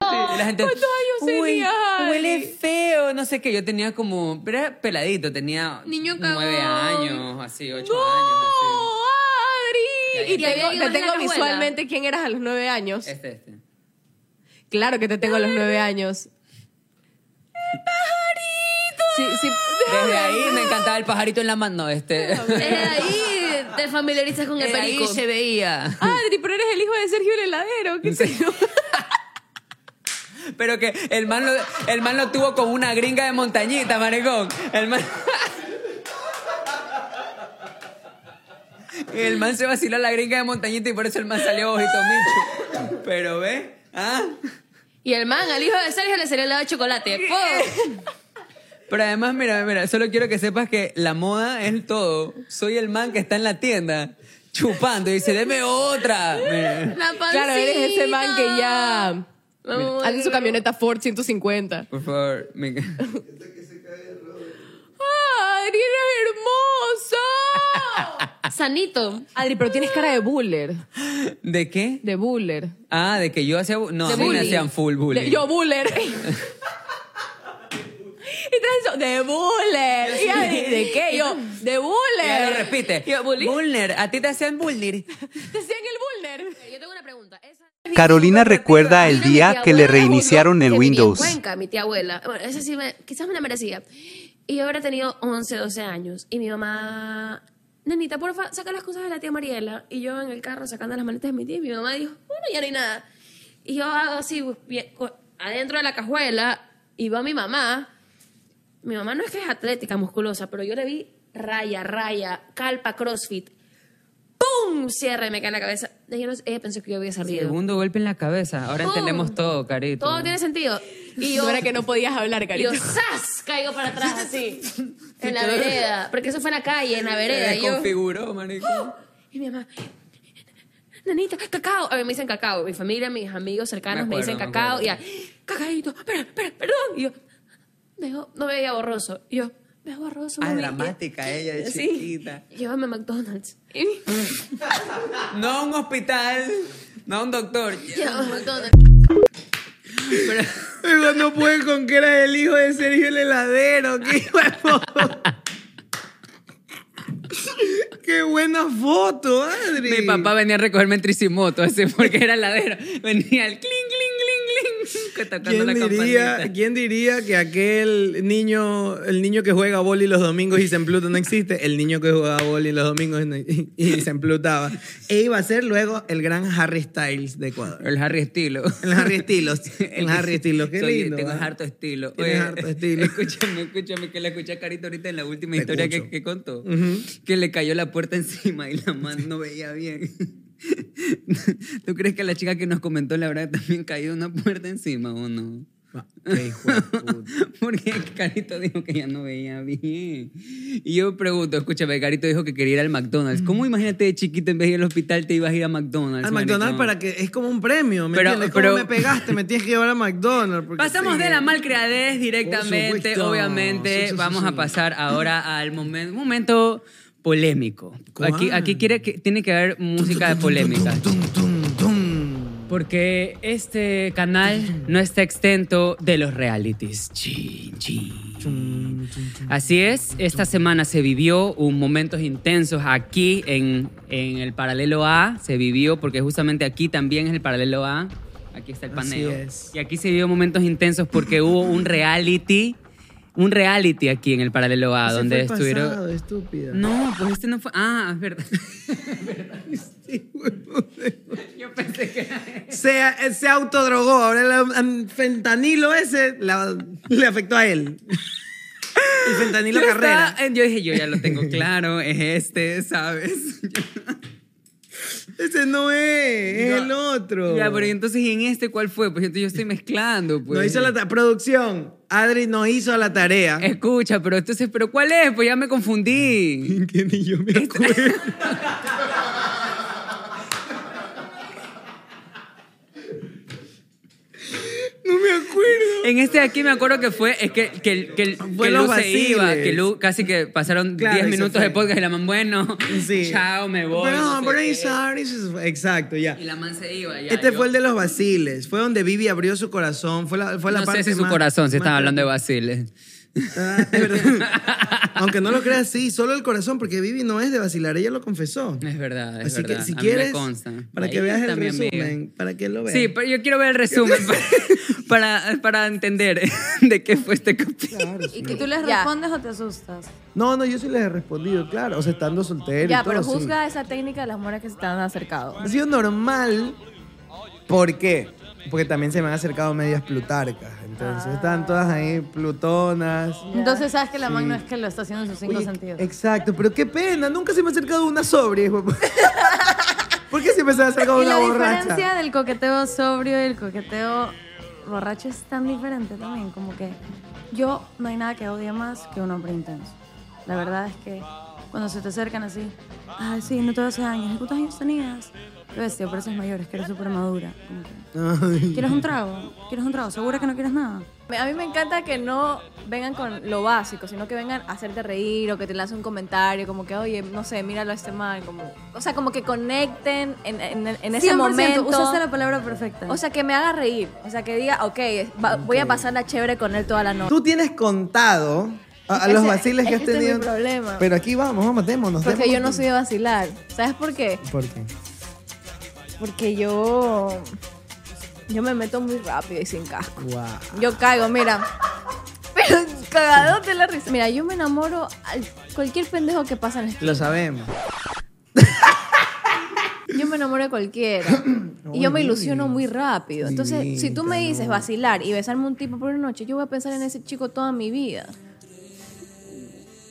Speaker 3: Ah,
Speaker 2: Y la gente, "Uy, Huele feo, no sé qué. Yo tenía como, pero era peladito, tenía
Speaker 3: Niño
Speaker 2: nueve
Speaker 3: cagón.
Speaker 2: años, así, ocho años.
Speaker 4: ¡Oh, Adri! Y
Speaker 3: Ya, ya.
Speaker 4: tengo-
Speaker 3: Ya, ya,
Speaker 4: te
Speaker 3: ya,
Speaker 4: tengo
Speaker 3: ya, ya,
Speaker 4: visualmente quién eras a los nueve años.
Speaker 2: Así. Este, este.
Speaker 4: Claro que te tengo a los nueve años. ¡Pajarito! Sí, sí.
Speaker 3: *laughs*
Speaker 2: Desde ahí me encantaba el pajarito en la mano, este.
Speaker 3: Desde ahí te familiarizas con el
Speaker 2: Desde Eh, ahí
Speaker 3: perico.
Speaker 2: se
Speaker 4: *laughs*
Speaker 2: veía.
Speaker 4: Adri, pero eres el hijo de Sergio el heladero. ¿Qué sé yo?
Speaker 2: *laughs* Pero que el man lo, el man lo tuvo con una gringa de montañita, maricón. El man. *laughs* El man se vaciló a la gringa de montañita y por eso el man salió ojito micho. Pero ve, ¿ah?
Speaker 3: Y el man, al hijo de Sergio, le salió el lado de *laughs* chocolate. ¡Pum!
Speaker 2: Pero además, mira, mira, solo quiero que sepas que la moda es todo. Soy el man que está en la tienda chupando y dice, deme otra. Mira.
Speaker 3: La pancita.
Speaker 4: Claro, eres ese man que ya
Speaker 3: Vamos.
Speaker 4: hace su camioneta Ford 150.
Speaker 2: Por favor, me... *laughs*
Speaker 4: ¡Ay, eres hermoso!
Speaker 3: Sanito.
Speaker 4: *laughs* Adri, pero tienes cara de buller.
Speaker 2: ¿de qué?
Speaker 4: De buller.
Speaker 2: Ah, de que yo hacía... bu- No,
Speaker 3: De
Speaker 2: a mí me
Speaker 3: bullying.
Speaker 2: hacían full bullying.
Speaker 4: De- yo
Speaker 2: *laughs*
Speaker 4: buller. y traes eso, de buller. Y Adri, ¿de qué? Yo, de
Speaker 2: Y ahora
Speaker 4: buller.
Speaker 2: repite.
Speaker 4: Yo, bullying.
Speaker 2: Bulner, a ti te hacían bullying.
Speaker 4: Te hacían el buller.
Speaker 3: Yo tengo una pregunta. Esa-
Speaker 5: Carolina recuerda el
Speaker 3: Mira, mi
Speaker 5: día
Speaker 3: tía
Speaker 5: que le
Speaker 3: abuela,
Speaker 5: reiniciaron
Speaker 3: que
Speaker 5: el
Speaker 3: vivía en
Speaker 5: Windows.
Speaker 3: Cuenca, mi tía abuela. Bueno, esa sí me, quizás me la merecía. Y yo habré tenido 11, 12 años. Y mi mamá, nenita, porfa, saca las cosas de la tía Mariela. Y yo en el carro sacando las maletas de mi tía. Y mi mamá dijo, bueno, ya no hay nada. Y yo hago así, pues, pie- co- adentro de la cajuela. Y va mi mamá. Mi mamá no es que es atlética, musculosa, pero yo le vi raya, raya, calpa, crossfit. ¡Pum! Cierre, me cae en la cabeza. Ella, no- ella pensó que yo había salido.
Speaker 2: Segundo golpe en la cabeza. Ahora entendemos todo, carito.
Speaker 3: Todo tiene sentido.
Speaker 2: *laughs*
Speaker 3: Y yo,
Speaker 4: No era que no podías hablar,
Speaker 3: y yo
Speaker 4: cariño.
Speaker 3: ¡zas! caigo para atrás así. En la vereda. Porque eso fue en la calle, en la
Speaker 2: Se
Speaker 3: vereda. Y, yo,
Speaker 2: desconfiguró,
Speaker 3: *gasps*
Speaker 2: marico.
Speaker 3: y mi mamá, nanita, cacao. A mí me dicen cacao. Mi familia, mis amigos cercanos
Speaker 2: Me
Speaker 3: me,
Speaker 2: acuerdo,
Speaker 3: dicen
Speaker 2: me
Speaker 3: cacao.
Speaker 2: acuerdo.
Speaker 3: Y ya, cacaíto, espera, espera, perdón. Y yo, veo, no me veía borroso. Y yo, me veo borroso.
Speaker 2: Ah,
Speaker 3: mami".
Speaker 2: dramática ella de
Speaker 3: Sí.
Speaker 2: chiquita.
Speaker 3: Llévame
Speaker 2: *laughs*
Speaker 3: a McDonald's. Y-
Speaker 2: No a un hospital, no a un doctor.
Speaker 3: Llévame a McDonald's.
Speaker 1: Luego no puede con que era el hijo de Sergio el heladero. Qué huevo. Qué buena foto, Adri.
Speaker 2: Mi papá venía a recogerme en tricimoto, así porque era ladero. Venía el cling, cling, cling, cling, que tocando
Speaker 1: ¿Quién
Speaker 2: la
Speaker 1: diría,
Speaker 2: campanita.
Speaker 1: ¿Quién diría que aquel niño, el niño que juega boli los domingos y se empluta no existe? El niño que jugaba boli los domingos no- y, y se emplutaba. E iba a ser luego el gran Harry Styles de Ecuador.
Speaker 2: El Harry estilo.
Speaker 1: El Harry Estilos.
Speaker 2: *laughs*
Speaker 1: El Harry Estilos. Qué
Speaker 2: Soy-
Speaker 1: lindo.
Speaker 2: Tengo
Speaker 1: ¿ah?
Speaker 2: harto estilo.
Speaker 1: Tienes
Speaker 2: *laughs*
Speaker 1: harto estilo.
Speaker 2: Escúchame, escúchame, que la escuché a Carito ahorita en la última
Speaker 1: Te
Speaker 2: historia que,
Speaker 1: escucho.
Speaker 2: que contó. Que le cayó la puerta *laughs* encima y la mano no veía bien. *laughs* ¿Tú crees que la chica que nos comentó la verdad también cayó una puerta encima o no? *laughs*
Speaker 1: Ah, qué hijo de puta.
Speaker 2: Porque Carito dijo que ya no veía bien. Y yo pregunto, escúchame, Carito dijo que quería ir al McDonald's. ¿Cómo imagínate de chiquito en vez de ir al hospital te ibas a ir a McDonald's?
Speaker 1: Al McDonald's
Speaker 2: maricón?
Speaker 1: para que es como un premio, ¿me
Speaker 2: Pero-
Speaker 1: entiendes? Como
Speaker 2: pero-
Speaker 1: me pegaste, me tienes que llevar a McDonald's. porque
Speaker 2: Pasamos
Speaker 1: sí.
Speaker 2: de la malcriadez
Speaker 1: Por
Speaker 2: directamente,
Speaker 1: supuesto.
Speaker 2: obviamente.
Speaker 1: Sí, sí, sí,
Speaker 2: Vamos a
Speaker 1: sí.
Speaker 2: pasar ahora al momento, momento polémico.
Speaker 1: ¿Cuál?
Speaker 2: Aquí, aquí quiere que, tiene que haber música de polémica. Porque este canal no está exento de los realities. Chin, chin. Así es, esta semana se vivió un momentos intensos aquí en, en el paralelo A, se vivió porque justamente aquí también es el paralelo A, aquí está el
Speaker 1: Así
Speaker 2: paneo.
Speaker 1: es.
Speaker 2: Y aquí se vivió momentos intensos porque hubo un reality, un reality aquí en el paralelo A,
Speaker 1: Ese fue
Speaker 2: donde
Speaker 1: el
Speaker 2: estuvieron...
Speaker 1: pasado, estúpida.
Speaker 2: No, pues este no fue... Ah,
Speaker 1: *laughs*
Speaker 2: es verdad. Yo pensé que era
Speaker 1: Se, eh, se autodrogó, ahora el am- fentanilo ese la- le afectó a él. El
Speaker 2: *laughs*
Speaker 1: fentanilo
Speaker 2: Yo
Speaker 1: carrera.
Speaker 2: estaba- Yo dije, yo ya
Speaker 1: *laughs*
Speaker 2: lo tengo claro, es este, ¿sabes?
Speaker 1: Ese no es, es
Speaker 2: No.
Speaker 1: el otro.
Speaker 2: Ya, pero ¿y entonces, ¿y en este cuál fue? Pues entonces yo estoy mezclando, pues.
Speaker 1: No hizo la ta- producción. Adri no hizo la tarea.
Speaker 2: Escucha, pero entonces, ¿pero cuál es? Pues ya me confundí.
Speaker 1: *laughs* Que ni yo me acuerdo. no me acuerdo.
Speaker 2: En este de aquí me acuerdo que fue, es que, que, el- que, el-
Speaker 1: Fue
Speaker 2: que
Speaker 1: los
Speaker 2: Lu se
Speaker 1: vaciles.
Speaker 2: iba, que Lu casi que pasaron 10
Speaker 1: Claro, y se
Speaker 2: minutos de
Speaker 1: fue.
Speaker 2: podcast y la man, bueno,
Speaker 1: Sí.
Speaker 2: chao, me voy. no
Speaker 1: Perdón,
Speaker 2: sé
Speaker 1: pero ahí
Speaker 2: qué.
Speaker 1: está, ahí se- Exacto, ya.
Speaker 2: Y la man se iba. Ya,
Speaker 1: Este
Speaker 2: yo-
Speaker 1: fue el de los vaciles. Fue donde Vivi abrió su corazón. Fue la, fue la
Speaker 2: No
Speaker 1: parte
Speaker 2: sé si su
Speaker 1: más-
Speaker 2: corazón, si
Speaker 1: más-
Speaker 2: están hablando de Basiles.
Speaker 1: Ah, es
Speaker 2: *laughs*
Speaker 1: verdad. Aunque no lo creas, sí, solo el corazón, porque Vivi no es de vacilar, ella lo confesó.
Speaker 2: Es verdad, es
Speaker 1: Así
Speaker 2: verdad.
Speaker 1: que si
Speaker 2: A mí me
Speaker 1: quieres,
Speaker 2: consta.
Speaker 1: para que
Speaker 2: Ahí
Speaker 1: veas
Speaker 2: está
Speaker 1: el
Speaker 2: mi amiga.
Speaker 1: resumen, para que lo veas.
Speaker 2: Sí, pero yo quiero ver
Speaker 1: *laughs*
Speaker 2: el resumen pa- para, para entender *laughs* de qué fue este capítulo.
Speaker 1: Claro, sí.
Speaker 6: ¿Y tú les
Speaker 4: Ya.
Speaker 6: respondes o te asustas?
Speaker 1: No, no, yo sí les he respondido, claro. O sea, estando soltero.
Speaker 6: ya,
Speaker 1: y todo,
Speaker 6: pero
Speaker 1: sí.
Speaker 6: juzga esa técnica de las mujeres que se están acercado.
Speaker 1: Ha sido normal. ¿Por qué? Porque también se me han acercado medias plutarcas. Entonces, están todas ahí plutonas.
Speaker 6: Entonces sabes que la man no es que lo está haciendo en sus cinco
Speaker 1: Oye, eh,
Speaker 6: sentidos.
Speaker 1: Exacto, pero qué pena, nunca se me ha acercado una sobria. hijo
Speaker 5: *laughs*
Speaker 1: de pu- ¿Por qué siempre se me ha acercado
Speaker 6: Y
Speaker 1: una
Speaker 6: la
Speaker 1: borracha?
Speaker 6: diferencia del coqueteo sobrio y el coqueteo borracho es tan diferente también, como que yo no hay nada que odie más que un hombre intenso. La verdad es que cuando se te acercan así, ah, sí, no te voy a hacer daño, ¿cuántos años tenías? Yo decía, por eso es mayor, es que eres súper madura. como que, ¿Quieres un trago? ¿Quieres un trago? ¿Segura que no quieres nada?
Speaker 5: A mí me encanta que no vengan con lo básico, sino que vengan a hacerte reír o que te lancen un comentario, como que, oye, no sé, míralo a este mal. Como, o sea, como que conecten en, en- en ese
Speaker 6: 100%,
Speaker 5: momento.
Speaker 6: Usaste la palabra perfecta.
Speaker 5: O sea, que me haga reír. O sea, que diga, ok, va- voy a pasarla chévere con él toda la noche.
Speaker 7: Tú tienes contado a, a los
Speaker 5: Ese-
Speaker 7: vaciles que
Speaker 5: es
Speaker 7: has
Speaker 5: que ese es
Speaker 7: tenido.
Speaker 5: mi problema.
Speaker 7: Pero aquí vamos, vamos, démonos.
Speaker 5: Porque yo
Speaker 7: démonos.
Speaker 5: no soy de vacilar. ¿Sabes por qué?
Speaker 7: ¿Por qué?
Speaker 5: Porque yo. Yo me meto muy rápido y sin casco.
Speaker 7: Guau.
Speaker 5: Yo caigo, mira. *laughs* Pero cagadote la risa. Mira, yo me enamoro al cualquier pendejo que pasa en este la esquina.
Speaker 7: Lo sabemos.
Speaker 5: Yo me enamoro de
Speaker 7: *clears throat*
Speaker 5: cualquiera. Y yo me ilusiono muy rápido. Entonces, si tú me dices vacilar y besarme un tipo por una noche, yo voy a pensar en ese chico toda mi vida.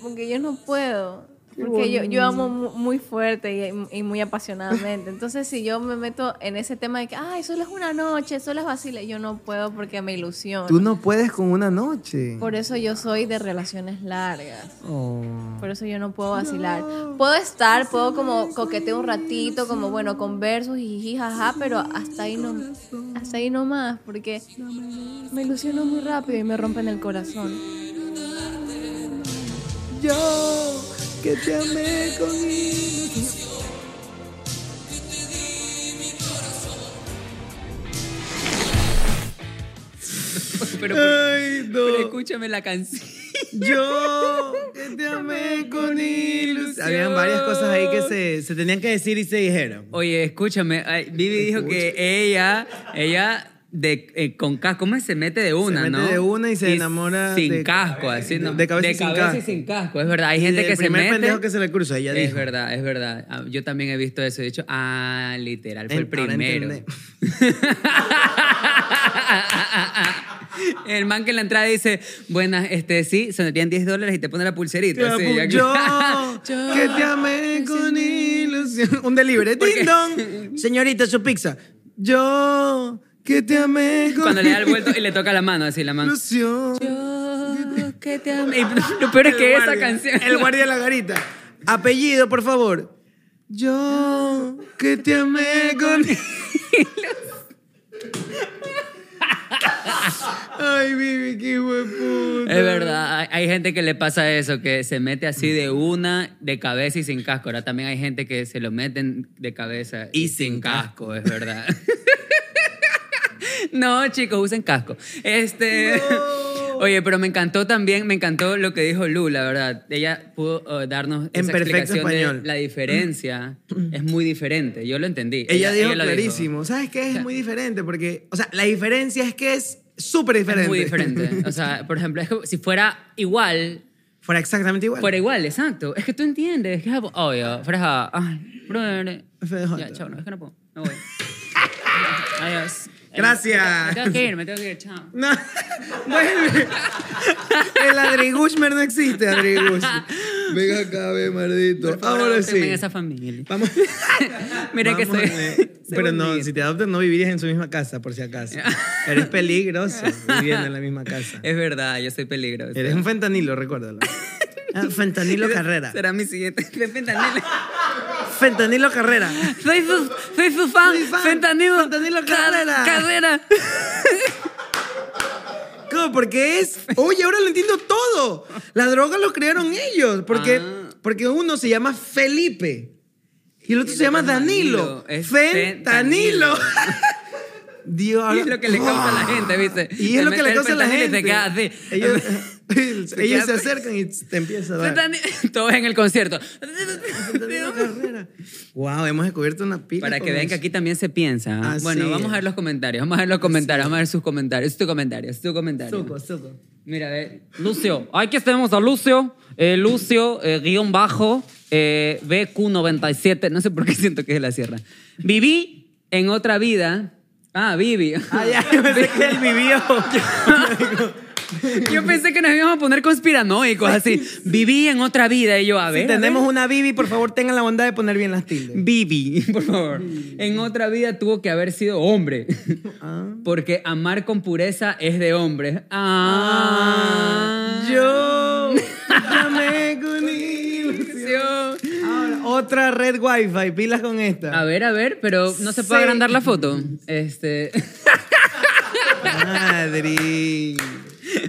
Speaker 5: Porque yo no puedo. Porque yo, yo amo mu- muy fuerte y, y muy apasionadamente. Entonces, si yo me meto en ese tema de que, ay, solo es una noche, solo es vacilar, yo no puedo porque me ilusiono.
Speaker 7: Tú no puedes con una noche.
Speaker 5: Por eso yo soy de relaciones largas.
Speaker 7: Oh.
Speaker 5: Por eso yo no puedo vacilar. Puedo estar, puedo como coquetear un ratito, como bueno, conversos y jiji, jaja, pero hasta ahí no hasta ahí no más, porque me ilusiono muy rápido y me rompen el corazón.
Speaker 7: Yo que te amé con ilusión.
Speaker 2: Pero,
Speaker 1: Ay, no. *laughs*
Speaker 2: pero escúchame la canción. *laughs*
Speaker 1: Yo que te amé con ilusión. Habían varias cosas ahí que se, se tenían que decir y se dijeron.
Speaker 2: Oye, escúchame, ay, Vivi dijo que ella, ella de, eh, con casco, ¿cómo es? se mete de una,
Speaker 1: mete
Speaker 2: no?
Speaker 1: de una y se enamora
Speaker 2: Sin
Speaker 1: de-
Speaker 2: casco, así, ¿no?
Speaker 1: de cabeza y sin
Speaker 2: y
Speaker 1: casco.
Speaker 2: sin casco, es verdad. Hay
Speaker 1: Y
Speaker 2: gente
Speaker 1: el
Speaker 2: que se
Speaker 1: primer
Speaker 2: mete.
Speaker 1: pendejo que se le cruza, ella
Speaker 2: es
Speaker 1: dijo.
Speaker 2: verdad, es verdad. Ah, Yo también he visto eso. He dicho, ah, literal, fue el
Speaker 1: En- ahora
Speaker 2: primero.
Speaker 1: entendé.
Speaker 2: *laughs* el man que en la entrada dice, buenas, este, sí, sonarían 10 dólares y te pone la pulserita.
Speaker 1: Claro,
Speaker 2: así,
Speaker 1: pu-
Speaker 2: ya que-
Speaker 1: yo que te amé con ilusión. Un delivery. Ding
Speaker 2: *laughs*
Speaker 1: dong. Señorita, su pizza. Yo que te amé con
Speaker 2: *laughs* Cuando le da el vuelto y le toca la mano, así la mano.
Speaker 1: ilusión.
Speaker 2: Yo que te amé. *laughs* Y Lo peor es que
Speaker 1: El
Speaker 2: esa
Speaker 1: guardia,
Speaker 2: canción.
Speaker 1: El
Speaker 2: *laughs*
Speaker 1: guardia de la garita. Apellido, por favor. Yo que te amé
Speaker 2: *laughs*
Speaker 1: con. Ay, Vivi, qué hueputa.
Speaker 2: Es verdad, hay, hay gente que le pasa eso, que se mete así de una, de cabeza y sin casco. Ahora también hay gente que se lo meten de cabeza y, sin casco, es verdad. *laughs* no, chicos, usen casco. Este. *laughs* Oye, pero me encantó también, me encantó lo que dijo Lu, la verdad. Ella pudo eh, darnos
Speaker 1: En
Speaker 2: esa
Speaker 1: perfecto
Speaker 2: explicación de
Speaker 1: español. Mm.
Speaker 2: la diferencia. es muy diferente, yo lo entendí.
Speaker 1: Ella, dijo
Speaker 2: lo
Speaker 1: clarísimo. ¿Sabes qué? Es
Speaker 2: sea,
Speaker 1: muy diferente porque, o sea, la diferencia es que es súper diferente.
Speaker 2: Es muy diferente. O sea, por ejemplo, es que si fuera igual,
Speaker 1: *laughs* Fuera exactamente igual.
Speaker 2: Por igual, exacto. Es que tú entiendes. Es que es algo- obvio. Freja. Ay, brother.
Speaker 1: Freja.
Speaker 2: Ya, chao, no, es que no puedo.
Speaker 1: *laughs*
Speaker 2: Me voy. Adiós. Eh,
Speaker 1: Gracias.
Speaker 2: Me tengo que ir, me tengo que ir, chao.
Speaker 1: No, *laughs* vuelve. El Adri Gushmer no existe, Adri
Speaker 2: *laughs*
Speaker 1: Gushmer. Venga acá, ve, maldito.
Speaker 2: Por favor,
Speaker 1: Ahora
Speaker 2: adóptenme
Speaker 1: sí.
Speaker 2: en esa familia.
Speaker 1: Vamos.
Speaker 2: *laughs* Mira que
Speaker 1: Vamos,
Speaker 2: soy.
Speaker 1: eh,
Speaker 2: soy
Speaker 1: Pero
Speaker 2: un
Speaker 1: no,
Speaker 2: líder.
Speaker 1: si te adoptan no vivirías en su misma casa, por si acaso. Eres
Speaker 2: *laughs*
Speaker 1: peligroso viviendo en la misma casa.
Speaker 2: Es verdad, yo soy peligroso.
Speaker 1: Eres un fentanilo,
Speaker 2: *laughs*
Speaker 1: recuérdalo. Ah, Fentanilo Carrera.
Speaker 2: Será mi siguiente. *laughs* Fentanilo.
Speaker 1: Fentanilo Carrera.
Speaker 2: Soy su, soy su fan.
Speaker 1: Soy fan.
Speaker 2: Fentanilo.
Speaker 1: Fentanilo Carrera.
Speaker 3: *laughs*
Speaker 2: Carrera.
Speaker 1: ¿Cómo? Porque es. Oye, ahora lo entiendo todo. La droga lo crearon ellos. Porque,
Speaker 2: Ah.
Speaker 1: porque uno se llama Felipe y el otro se llama Danilo.
Speaker 2: Danilo. Es
Speaker 1: Fentanilo.
Speaker 2: fentanilo.
Speaker 1: *laughs* Dios,
Speaker 2: Y
Speaker 1: ahora-
Speaker 2: es lo que le causa a la gente, ¿viste?
Speaker 1: Y es
Speaker 2: Te
Speaker 1: lo que
Speaker 2: mete
Speaker 1: le
Speaker 2: el
Speaker 1: causa a la
Speaker 2: fentanilo
Speaker 1: gente.
Speaker 2: y Te queda así. *laughs*
Speaker 1: Ellos, *laughs* ellos
Speaker 2: Te queda-
Speaker 1: se acercan y te empieza a dar. *laughs*
Speaker 2: Fentanilo. Todos en el concierto.
Speaker 1: Fentanilo Carrera. Wow, hemos descubierto una pila.
Speaker 2: Para
Speaker 1: con
Speaker 2: que vean que
Speaker 1: eso.
Speaker 2: aquí también se piensa. ¿ah?
Speaker 1: Así
Speaker 2: bueno, vamos
Speaker 1: es.
Speaker 2: a ver los comentarios. Vamos a ver los comentarios. Vamos a ver sus comentarios. Tu comentario, tu comentario.
Speaker 1: Suco, suco.
Speaker 2: Mira, a ver. Lucio. Aquí tenemos a Lucio. Eh, Lucio, eh, guión bajo, eh, BQ97. No sé por qué siento que es de la sierra. Viví en otra vida. Ah, Vivi.
Speaker 1: *laughs* Ah, ya, yo pensé que él vivió.
Speaker 2: *laughs* Yo pensé que nos íbamos a poner conspiranoicos, así. Viví en otra vida. Y yo, a
Speaker 1: Si
Speaker 2: ver. a ver.
Speaker 1: tenemos una Bibi, por favor, tengan la bondad de poner bien las tildes.
Speaker 2: Bibi, *laughs* por favor. En otra vida tuvo que haber sido hombre. Ah. *laughs* Porque amar con pureza es de hombre. Ah.
Speaker 1: Yo llamé con ilusión. Ahora, otra red wifi, pilas con esta.
Speaker 2: A ver, a ver, pero no se puede
Speaker 1: Sí.
Speaker 2: agrandar la foto. Este. *laughs*
Speaker 1: Madre.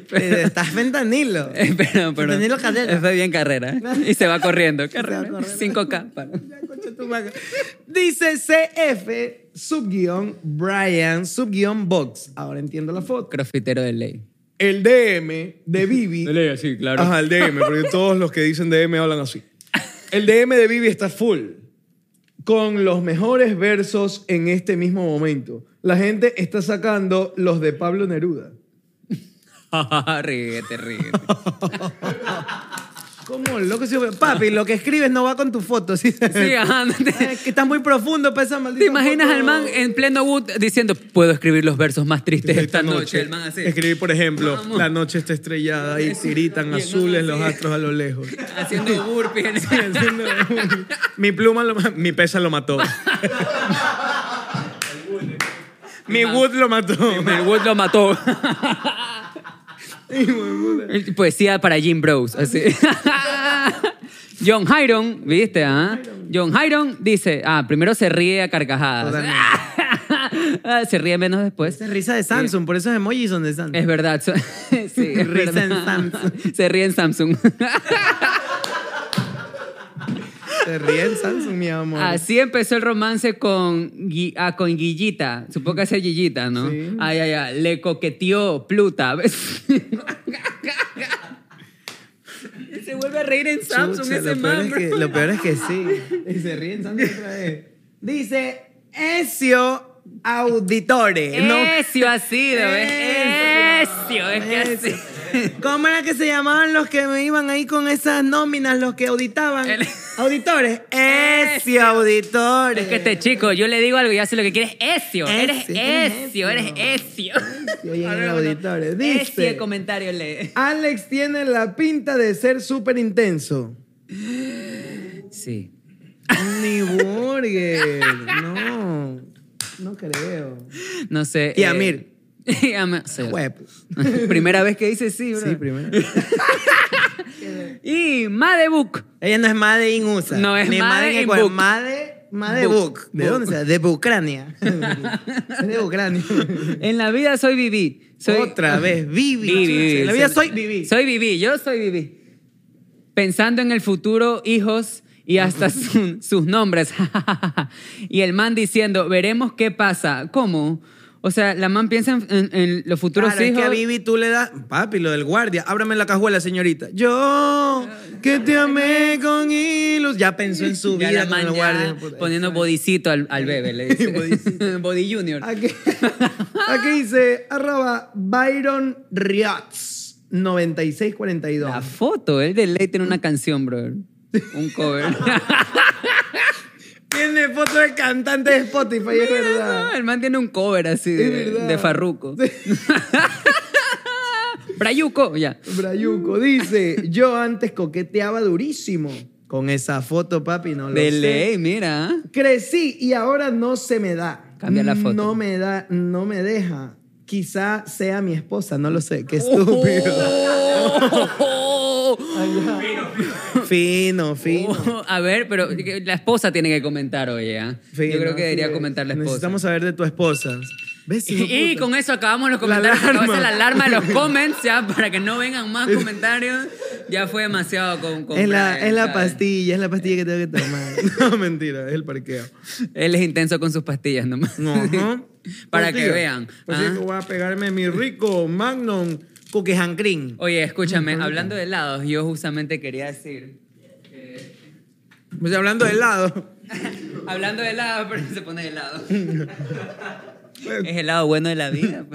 Speaker 1: Pero estás ventanilo.
Speaker 2: Eh, Pero, pero.
Speaker 1: Daniel Ocarrera.
Speaker 2: Fue bien *laughs* carrera. Y se va corriendo. Carrera.
Speaker 1: corriendo.
Speaker 2: 5K. para.
Speaker 1: Concha tu madre. Dice CF subguión Brian subguión box. Ahora entiendo la foto.
Speaker 2: Crofitero de ley.
Speaker 1: El DM de Bibi.
Speaker 2: sí,
Speaker 1: Ajá, el DM, porque todos los que dicen DM hablan así. El DM de Vivi está full. Con los mejores versos en este mismo momento. La gente está sacando los de Pablo Neruda.
Speaker 2: *laughs* ríete, ríete.
Speaker 1: ¿Cómo? Loco, si- papi, lo que escribes no va con tu foto. Sí,
Speaker 2: Sí,
Speaker 1: *laughs*
Speaker 2: ajá. no te-
Speaker 1: Ay, que estás muy profundo para esa maldita
Speaker 2: ¿Te imaginas
Speaker 1: foto.
Speaker 2: al man en pleno Wood diciendo, puedo escribir los versos más tristes
Speaker 1: Esta,
Speaker 2: esta, noche. El man así.
Speaker 1: Escribí, por ejemplo,
Speaker 2: Vamos.
Speaker 1: la noche está estrellada y
Speaker 2: Eso.
Speaker 1: tiritan
Speaker 2: Y el
Speaker 1: azules
Speaker 2: man
Speaker 1: los
Speaker 2: así.
Speaker 1: astros a lo lejos.
Speaker 2: Haciendo burpees. en-
Speaker 1: Haciendo- mi pluma, lo ma- mi pesa lo mató. mi wood lo mató.
Speaker 2: *laughs* El Wood lo mató.
Speaker 1: Hijo de puta.
Speaker 2: Poesía para Jim
Speaker 1: *laughs*
Speaker 2: Bros. así. John Hyron, ¿viste? ah? John Hyron dice, ah, primero se ríe a carcajadas. *laughs* Ah, se ríe menos después.
Speaker 1: Esa risa de Samsung, por esos emojis son de Samsung.
Speaker 2: Es verdad. so- *laughs* sí, es
Speaker 1: Risa en
Speaker 2: verdad.
Speaker 1: Samsung.
Speaker 2: Se ríe en Samsung.
Speaker 1: Se ríen Samsung, mi amor.
Speaker 2: Así empezó el romance con, Gui- ah, con Guillita. Supongo que es Guillita, ¿no?
Speaker 1: Sí.
Speaker 2: Ay, ay, ay. Le coqueteó Pluta. *laughs* Se vuelve a reír en Samsung
Speaker 1: Chucha,
Speaker 2: ese
Speaker 1: lo, peor
Speaker 2: man,
Speaker 1: es que,
Speaker 2: bro.
Speaker 1: lo peor es que sí. Y se ríen Samsung otra vez. Dice Ezio Auditore.
Speaker 2: Eh.
Speaker 1: No,
Speaker 2: Esio así, ¿no ves? Esio, es que así.
Speaker 1: ¿Cómo era que se llamaban los que me iban ahí con esas nóminas, los que auditaban?
Speaker 2: El-
Speaker 1: Auditores. Ezio, auditores.
Speaker 2: Es que este chico, yo le digo algo y hace lo que quiere. Esio, eres
Speaker 1: Ezio, eres
Speaker 2: Esio, eres Esio. *laughs*
Speaker 1: Ezio, y en el auditorio, dice-
Speaker 2: Esio, el comentario lee.
Speaker 1: Alex tiene la pinta de ser súper intenso.
Speaker 2: Sí.
Speaker 1: Ni burger. No. No creo.
Speaker 2: No sé. eh,
Speaker 1: Y Amir.
Speaker 2: *laughs* y Amir. sí.
Speaker 1: Web. *laughs*
Speaker 2: primera vez que dice sí, bro.
Speaker 1: Sí, primero.
Speaker 2: Y Madebook.
Speaker 1: Ella no es Made in USA.
Speaker 2: No, es
Speaker 1: ni
Speaker 2: Made
Speaker 1: en
Speaker 2: in
Speaker 1: Ecuador,
Speaker 2: Book.
Speaker 1: Made, Made
Speaker 2: Book.
Speaker 1: Book. ¿De dónde sea? De
Speaker 2: *laughs*
Speaker 1: Ucrania. es de Ucrania.
Speaker 2: En la vida soy Vivi. Soy...
Speaker 1: Otra vez, Vivi.
Speaker 2: Vivi,
Speaker 1: chucha.
Speaker 2: Vivi.
Speaker 1: En la vida soy Vivi.
Speaker 2: Soy Vivi, yo soy Vivi. Pensando en el futuro, hijos
Speaker 1: *laughs*
Speaker 2: y hasta su- sus nombres. *laughs* y el man diciendo, veremos qué pasa. ¿Cómo? O sea, la man piensa en, en- en los futuros
Speaker 1: Claro, es
Speaker 2: hijos.
Speaker 1: que a Vivi tú le das, papi, lo del guardia, ábrame la cajuela, señorita. Yo, que te amé con hilos. Ya pensó en su
Speaker 2: Ya
Speaker 1: vida con
Speaker 2: la man
Speaker 1: el
Speaker 2: ya
Speaker 1: guardia. puta.
Speaker 2: poniendo bodicito al, al bebé, le dice.
Speaker 1: pues, *laughs* Bodicito.
Speaker 2: *laughs* Body Junior.
Speaker 1: Aquí, aquí dice, arroba Byron Riotz, 9642.
Speaker 2: La foto, él de ley tiene una canción, bro. Un cover.
Speaker 1: *laughs* Tiene foto de cantante de Spotify, es verdad.
Speaker 2: el man tiene un cover así de,
Speaker 1: verdad.
Speaker 2: de
Speaker 1: *laughs*
Speaker 2: Farruco. Brayuco, ya.
Speaker 1: Brayuco dice, yo antes coqueteaba durísimo. Con esa foto, papi, no lo
Speaker 2: De
Speaker 1: sé. *laughs*
Speaker 2: ley, mira.
Speaker 1: Crecí y ahora no se me da.
Speaker 2: Cambia la foto.
Speaker 1: No me da, no me deja. Quizá sea mi esposa, no lo sé. Qué
Speaker 2: *laughs*
Speaker 1: estúpido.
Speaker 2: Uh.
Speaker 1: Fino, fino.
Speaker 2: Oh, a ver, pero la esposa tiene que comentar oye. ¿ah?
Speaker 1: fino,
Speaker 2: Yo creo que debería
Speaker 1: sí,
Speaker 2: comentar la esposa.
Speaker 1: Necesitamos saber de tu esposa. ¿Ves? hijo
Speaker 2: *laughs* y, y
Speaker 1: puta?
Speaker 2: con eso acabamos los
Speaker 1: La
Speaker 2: comentarios. porque
Speaker 1: alarma.
Speaker 2: a veces la alarma de
Speaker 1: *laughs*
Speaker 2: los comments, ya, para que no vengan más comentarios. Ya fue demasiado con. con
Speaker 1: es la,
Speaker 2: Brian,
Speaker 1: es la
Speaker 2: ¿sabes?
Speaker 1: pastilla, es la pastilla que tengo que tomar. *laughs* No, mentira, es el parqueo.
Speaker 2: Él es intenso con sus pastillas nomás.
Speaker 1: No, ajá.
Speaker 2: *laughs* Para
Speaker 1: Pastilla.
Speaker 2: que vean.
Speaker 1: Así
Speaker 2: ¿ah?
Speaker 1: que voy a pegarme mi rico Magnum Cookie and Cream.
Speaker 2: Oye, escúchame, hablando de helados, yo justamente quería decir.
Speaker 1: Me estoy Pues hablando de helado.
Speaker 2: Hablando de helado, pero se pone *laughs* helado. es helado bueno de la vida.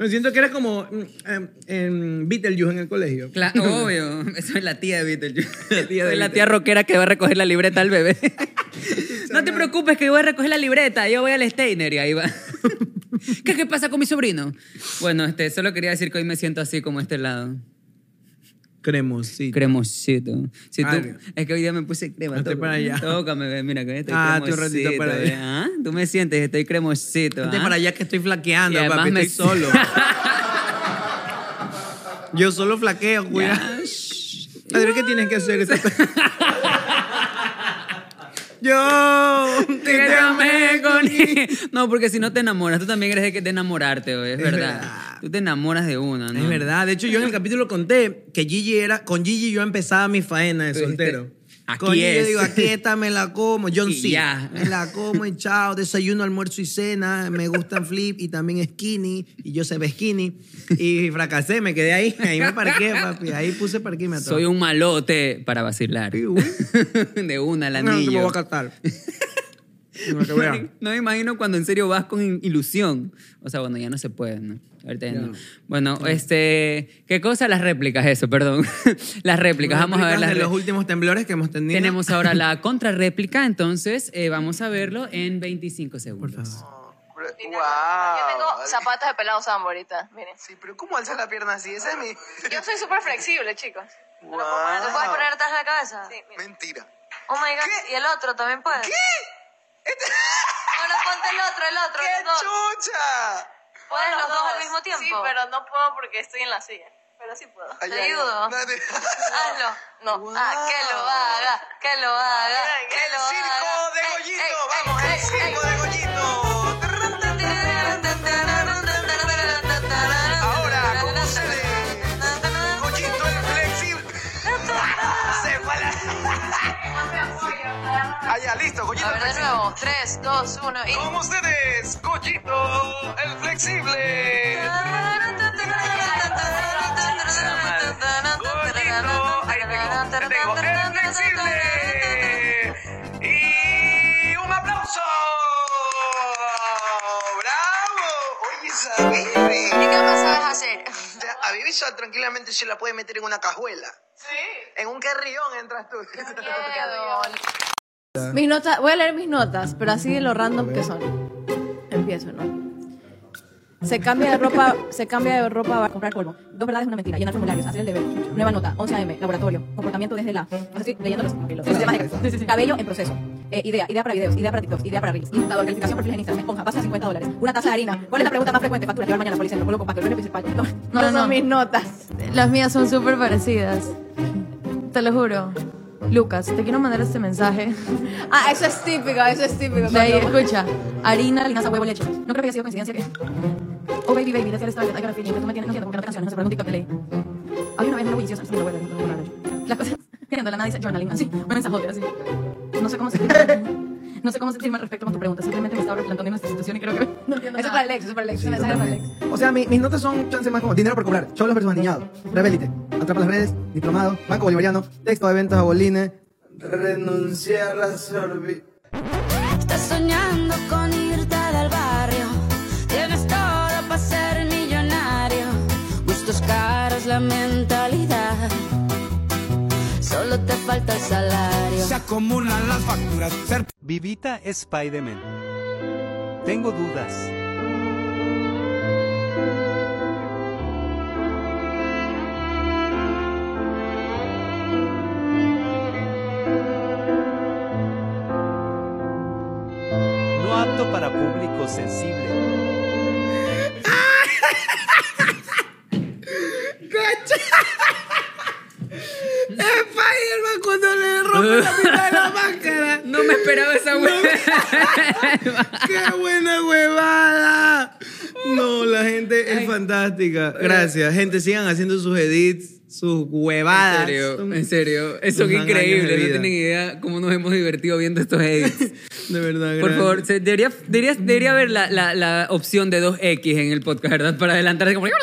Speaker 1: Me siento que era como mm, em, en Beetlejuice en el colegio.
Speaker 2: Claro, obvio. Soy la tía de *laughs* Beetlejuice.
Speaker 1: La tía de
Speaker 2: Soy la
Speaker 1: Beetlejuice.
Speaker 2: tía rockera que va a recoger la libreta al *laughs* bebé. no te preocupes que yo voy a recoger la libreta. Yo voy al Steiner y ahí va. *laughs* ¿Qué, ¿Qué pasa con mi sobrino? Bueno, este, solo quería decir que hoy me siento así como este lado.
Speaker 1: Cremosito.
Speaker 2: Cremosito. Si tú-
Speaker 1: Ah,
Speaker 2: es que hoy día me puse crema.
Speaker 1: Hazte
Speaker 2: tócame,
Speaker 1: para allá.
Speaker 2: Tócame, ve, mira que estoy
Speaker 1: Ah, tú un ratito
Speaker 2: cremosito.
Speaker 1: para
Speaker 2: ve,
Speaker 1: allá.
Speaker 2: ¿ah? Tú me sientes, estoy cremosito.
Speaker 1: Vente
Speaker 2: ¿ah?
Speaker 1: para allá que estoy flaqueando,
Speaker 2: Y
Speaker 1: papi,
Speaker 2: además me-
Speaker 1: estoy
Speaker 2: *laughs*
Speaker 1: solo. Yo solo flaqueo, *laughs* cuidado. Adrián, ¿qué tienes que hacer?
Speaker 2: *laughs*
Speaker 1: Yo que te amé con
Speaker 2: No, porque si no te enamoras, tú también eres de, que- de enamorarte, güey, es,
Speaker 1: Es
Speaker 2: verdad.
Speaker 1: verdad.
Speaker 2: Tú te enamoras de una, ¿no?
Speaker 1: Es verdad, de hecho yo en el capítulo conté que Gigi era, con Gigi yo empezaba mi faena de
Speaker 2: Tú dijiste,
Speaker 1: soltero.
Speaker 2: "Aquí
Speaker 1: con Gigi yo
Speaker 2: es".
Speaker 1: digo, aquí esta me la como, John
Speaker 2: Y
Speaker 1: C.
Speaker 2: ya.
Speaker 1: Me la como y chao, desayuno, almuerzo y cena, me gustan flip y también skinny, y yo se ve skinny. Y fracasé, me quedé ahí, ahí me parqué, papi, ahí puse parquímetro.
Speaker 2: Soy un malote para vacilar.
Speaker 1: Sí, güey.
Speaker 2: *laughs* de una, el
Speaker 1: No, que me voy
Speaker 2: anillo.
Speaker 1: a casar. No, que
Speaker 2: *laughs*
Speaker 1: vean.
Speaker 2: No me imagino cuando en serio vas con in- ilusión. O sea, bueno, ya no se puede, ¿no? Ahorita ya no. Bueno, este. ¿Qué cosa? Las réplicas, eso, perdón. *laughs* las réplicas, vamos a ver las
Speaker 1: de los
Speaker 2: réplicas.
Speaker 1: últimos temblores que hemos tenido.
Speaker 2: Tenemos
Speaker 1: *laughs*
Speaker 2: ahora la contrarréplica, entonces eh, vamos a verlo en 25 segundos.
Speaker 1: Por favor.
Speaker 3: Yo tengo zapatos de pelado sambo ahorita, miren.
Speaker 7: Sí, pero ¿cómo alza la pierna así? Ese es mi...
Speaker 3: Yo soy súper flexible, chicos.
Speaker 7: Wow.
Speaker 3: ¿Lo puedes poner atrás de la cabeza? Sí, mira.
Speaker 7: Mentira.
Speaker 3: Oh my god, y el otro también puede. ¿Qué? Bueno, ponte el otro, el otro,
Speaker 7: ¡Qué
Speaker 3: los dos.
Speaker 7: chucha!
Speaker 3: ¿Puedes los dos al mismo tiempo? Sí, pero no puedo porque estoy en la silla. Pero sí puedo.
Speaker 7: Ay,
Speaker 3: Te
Speaker 7: ay,
Speaker 3: ayudo.
Speaker 7: dale.
Speaker 3: Hazlo. No.
Speaker 7: Wow.
Speaker 3: Ah, que lo haga. Que lo haga. Que
Speaker 7: ¡El
Speaker 3: lo haga.
Speaker 7: circo de
Speaker 3: Ey,
Speaker 7: Gollito!
Speaker 3: ey,
Speaker 7: ¡Vamos, eh.
Speaker 3: ey,
Speaker 7: el circo
Speaker 3: ey.
Speaker 7: de Gollito! Ahora, con ustedes, Gollito el flexible. *laughs* Se fue la... *laughs* Allá, listo, Gollito
Speaker 3: A
Speaker 7: el
Speaker 3: ver, de
Speaker 7: flexible.
Speaker 3: nuevo. 3, 2, 1 y...
Speaker 7: Con ustedes, Gollito el flexible. Gollito, ahí tengo, ahí tengo, el flexible. Y un aplauso. ¡Bravo! Oye, esa
Speaker 3: ¿Y
Speaker 7: baby.
Speaker 3: qué más sabes hacer?
Speaker 7: Ya, A Bibi Shaw tranquilamente se la puede meter en una cajuela.
Speaker 3: Sí.
Speaker 7: En un carrión entras tú.
Speaker 5: Mis notas, voy a leer mis notas, pero así de lo random que son. Empiezo, ¿no? Se cambia de ropa, se cambia de ropa para comprar polvo. Dos verdades, una mentira. Llenar formularios, hacer el deber. Nueva nota, 11 AM, laboratorio, comportamiento desde la. Estoy leyendo los papeles. Sistemas de- Cabello en proceso. Eh, idea, idea para videos, idea para TikToks, idea para reels. Invitador, calificación, perfiles en Instagram, esponja, pasa 50 dólares. Una taza de harina. ¿Cuál es la pregunta más frecuente? Factura, llevar mañana, policía, no coloco pacto, el dueño principal. No,
Speaker 8: No,
Speaker 5: no,
Speaker 8: no.
Speaker 5: son mis notas.
Speaker 8: Las mías son súper parecidas. Te lo juro. Lucas, te quiero mandar este mensaje.
Speaker 5: Ah, eso es típico, eso es típico.
Speaker 8: De ahí,
Speaker 5: cuando-
Speaker 8: escucha. Harina,
Speaker 5: Harina, huevo, leche. No creo que haya sido coincidencia que. Oh, baby, baby, let's get started. I got a feeling. Tú me tienes, no entiendo, porque no te canciones, no sé, pero en un TikTok que leí. Había una vez una bulliciosa, esto me lo voy a leer, no lo voy a leer. Las cosas, queriendo, la nada dice journaling, así, un mensajote, así. No sé cómo se. No sé cómo sentirme al respecto con tu pregunta. Simplemente me estaba replantando en nuestra situación y creo que. No entiendo. Eso es
Speaker 8: nada.
Speaker 5: para el ex, eso es para el ex. Ese mensaje es para el ex.
Speaker 9: O sea, mi- mis notas son chance más como dinero por cobrar, cholos versus maniñados, rebélite, atrapa las redes, diplomado, banco bolivariano, texto de ventas a bolines, renunciar a servir.
Speaker 10: Estás soñando con irte del barrio. Tienes todo para ser millonario. Gustos caros, la mentalidad. Solo te falta el salario.
Speaker 11: Vivita Spider-Man. Tengo dudas. No apto para público sensible.
Speaker 1: Spider-Man cuando le rompe la mitad de la máscara.
Speaker 9: *laughs*
Speaker 2: No me esperaba esa *laughs* hueá.
Speaker 1: ¡Qué buena huevada! No, la gente es fantástica. Gracias. Gente, sigan haciendo sus edits, sus
Speaker 2: En
Speaker 1: huevadas.
Speaker 2: serio,
Speaker 1: Son-
Speaker 2: en serio. Eso
Speaker 1: son
Speaker 2: es
Speaker 1: años de
Speaker 2: increíble. No
Speaker 1: vida.
Speaker 2: tienen idea cómo nos hemos divertido viendo estos
Speaker 1: *laughs*
Speaker 2: edits.
Speaker 1: De verdad,
Speaker 2: Por
Speaker 1: gracias.
Speaker 2: favor, se- debería, debería, debería haber la, la- la opción de 2X en el podcast, ¿verdad? Para adelantarse como... Y *laughs*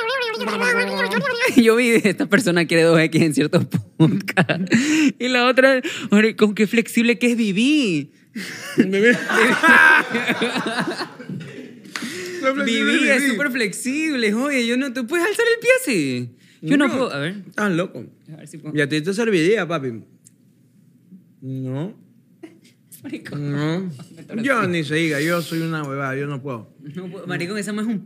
Speaker 2: Yo vi, esta persona quiere 2X en ciertos podcasts. Y la otra, "Ore, con qué flexible que es vivir. *laughs*
Speaker 1: *laughs* Lo flexible
Speaker 2: Viví, es
Speaker 1: viví.
Speaker 2: súper flexible. Oye, yo no, tú puedes alzar el pie así. Yo no, puedo. A ver,
Speaker 1: Estás loco.
Speaker 2: a ver si puedo.
Speaker 1: Y a ti te serviría, papi. No. No. Yo ni se diga, yo soy una huevada, yo no puedo.
Speaker 2: No puedo- Maricón, esa más es un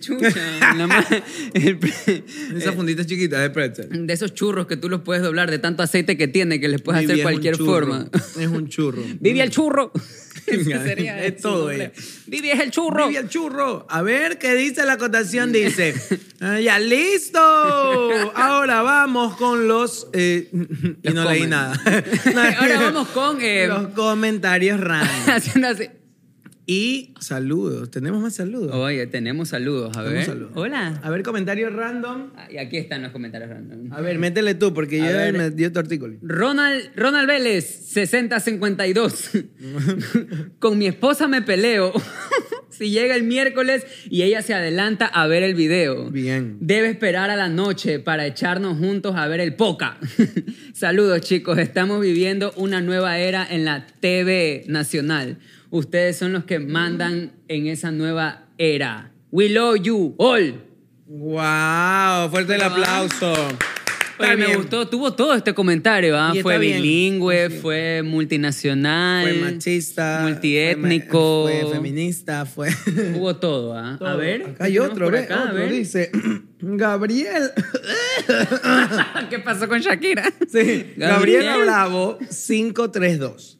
Speaker 1: *laughs*
Speaker 2: chucha. La más- *laughs* el pre-
Speaker 1: Esa fundita chiquita de pretzel.
Speaker 2: de esos churros que tú los puedes doblar de tanto aceite que tiene que les puedes
Speaker 1: Vivi
Speaker 2: hacer
Speaker 1: es un
Speaker 2: cualquier
Speaker 1: churro, *laughs*
Speaker 2: forma.
Speaker 1: Es un churro.
Speaker 2: *laughs*
Speaker 1: *laughs*
Speaker 2: Vivi el churro. *laughs*
Speaker 1: sería es todo ella.
Speaker 2: Vivi es el churro.
Speaker 1: Vivi el churro. A ver qué dice la cotación.
Speaker 2: *laughs*
Speaker 1: Dice, "Ah, ya listo. Ahora vamos con los... eh, *laughs* y no leí nada.
Speaker 2: *laughs* Ahora vamos con. eh,
Speaker 1: los comentarios random.
Speaker 2: *laughs* haciendo así.
Speaker 1: Y saludos. ¿Tenemos más saludos?
Speaker 2: Oye, tenemos saludos, Oh, a
Speaker 1: Tenemos
Speaker 2: ver.
Speaker 1: saludos.
Speaker 2: Hola. Ah,
Speaker 1: A ver, comentario random.
Speaker 2: Y aquí están los comentarios random.
Speaker 1: A ver, métele tú, porque
Speaker 2: A
Speaker 1: yo
Speaker 2: ver.
Speaker 1: me dio tu artículo.
Speaker 2: Ronald, Ronald Vélez, 6052. *laughs* Con mi esposa me peleo. *laughs* si llega el miércoles y ella se adelanta a ver el video.
Speaker 1: Bien.
Speaker 2: Debe esperar a la noche para echarnos juntos a ver el poca. *laughs* Saludos chicos, estamos viviendo una nueva era en la TV nacional. Ustedes son los que mandan en esa nueva era. We love you all.
Speaker 1: ¡Wow! Fuerte el aplauso.
Speaker 2: Oye,
Speaker 1: Está
Speaker 2: me
Speaker 1: bien.
Speaker 2: gustó, tuvo todo este comentario, ¿ah?
Speaker 1: Y está
Speaker 2: Fue
Speaker 1: bien.
Speaker 2: bilingüe, fue multinacional,
Speaker 1: Fue machista.
Speaker 2: multiétnico.
Speaker 1: Fue, ma- fue feminista, fue.
Speaker 2: Hubo todo, ¿ah? A
Speaker 1: todo.
Speaker 2: ver.
Speaker 1: *laughs* Acá hay
Speaker 2: tenemos
Speaker 1: otro,
Speaker 2: por
Speaker 1: ve,
Speaker 2: acá, a
Speaker 1: otro,
Speaker 2: ver.
Speaker 1: Dice. *clears throat* Gabriel.
Speaker 2: *laughs* ¿Qué pasó con Shakira? *laughs*
Speaker 1: Sí, Gabriela Bravo, 532.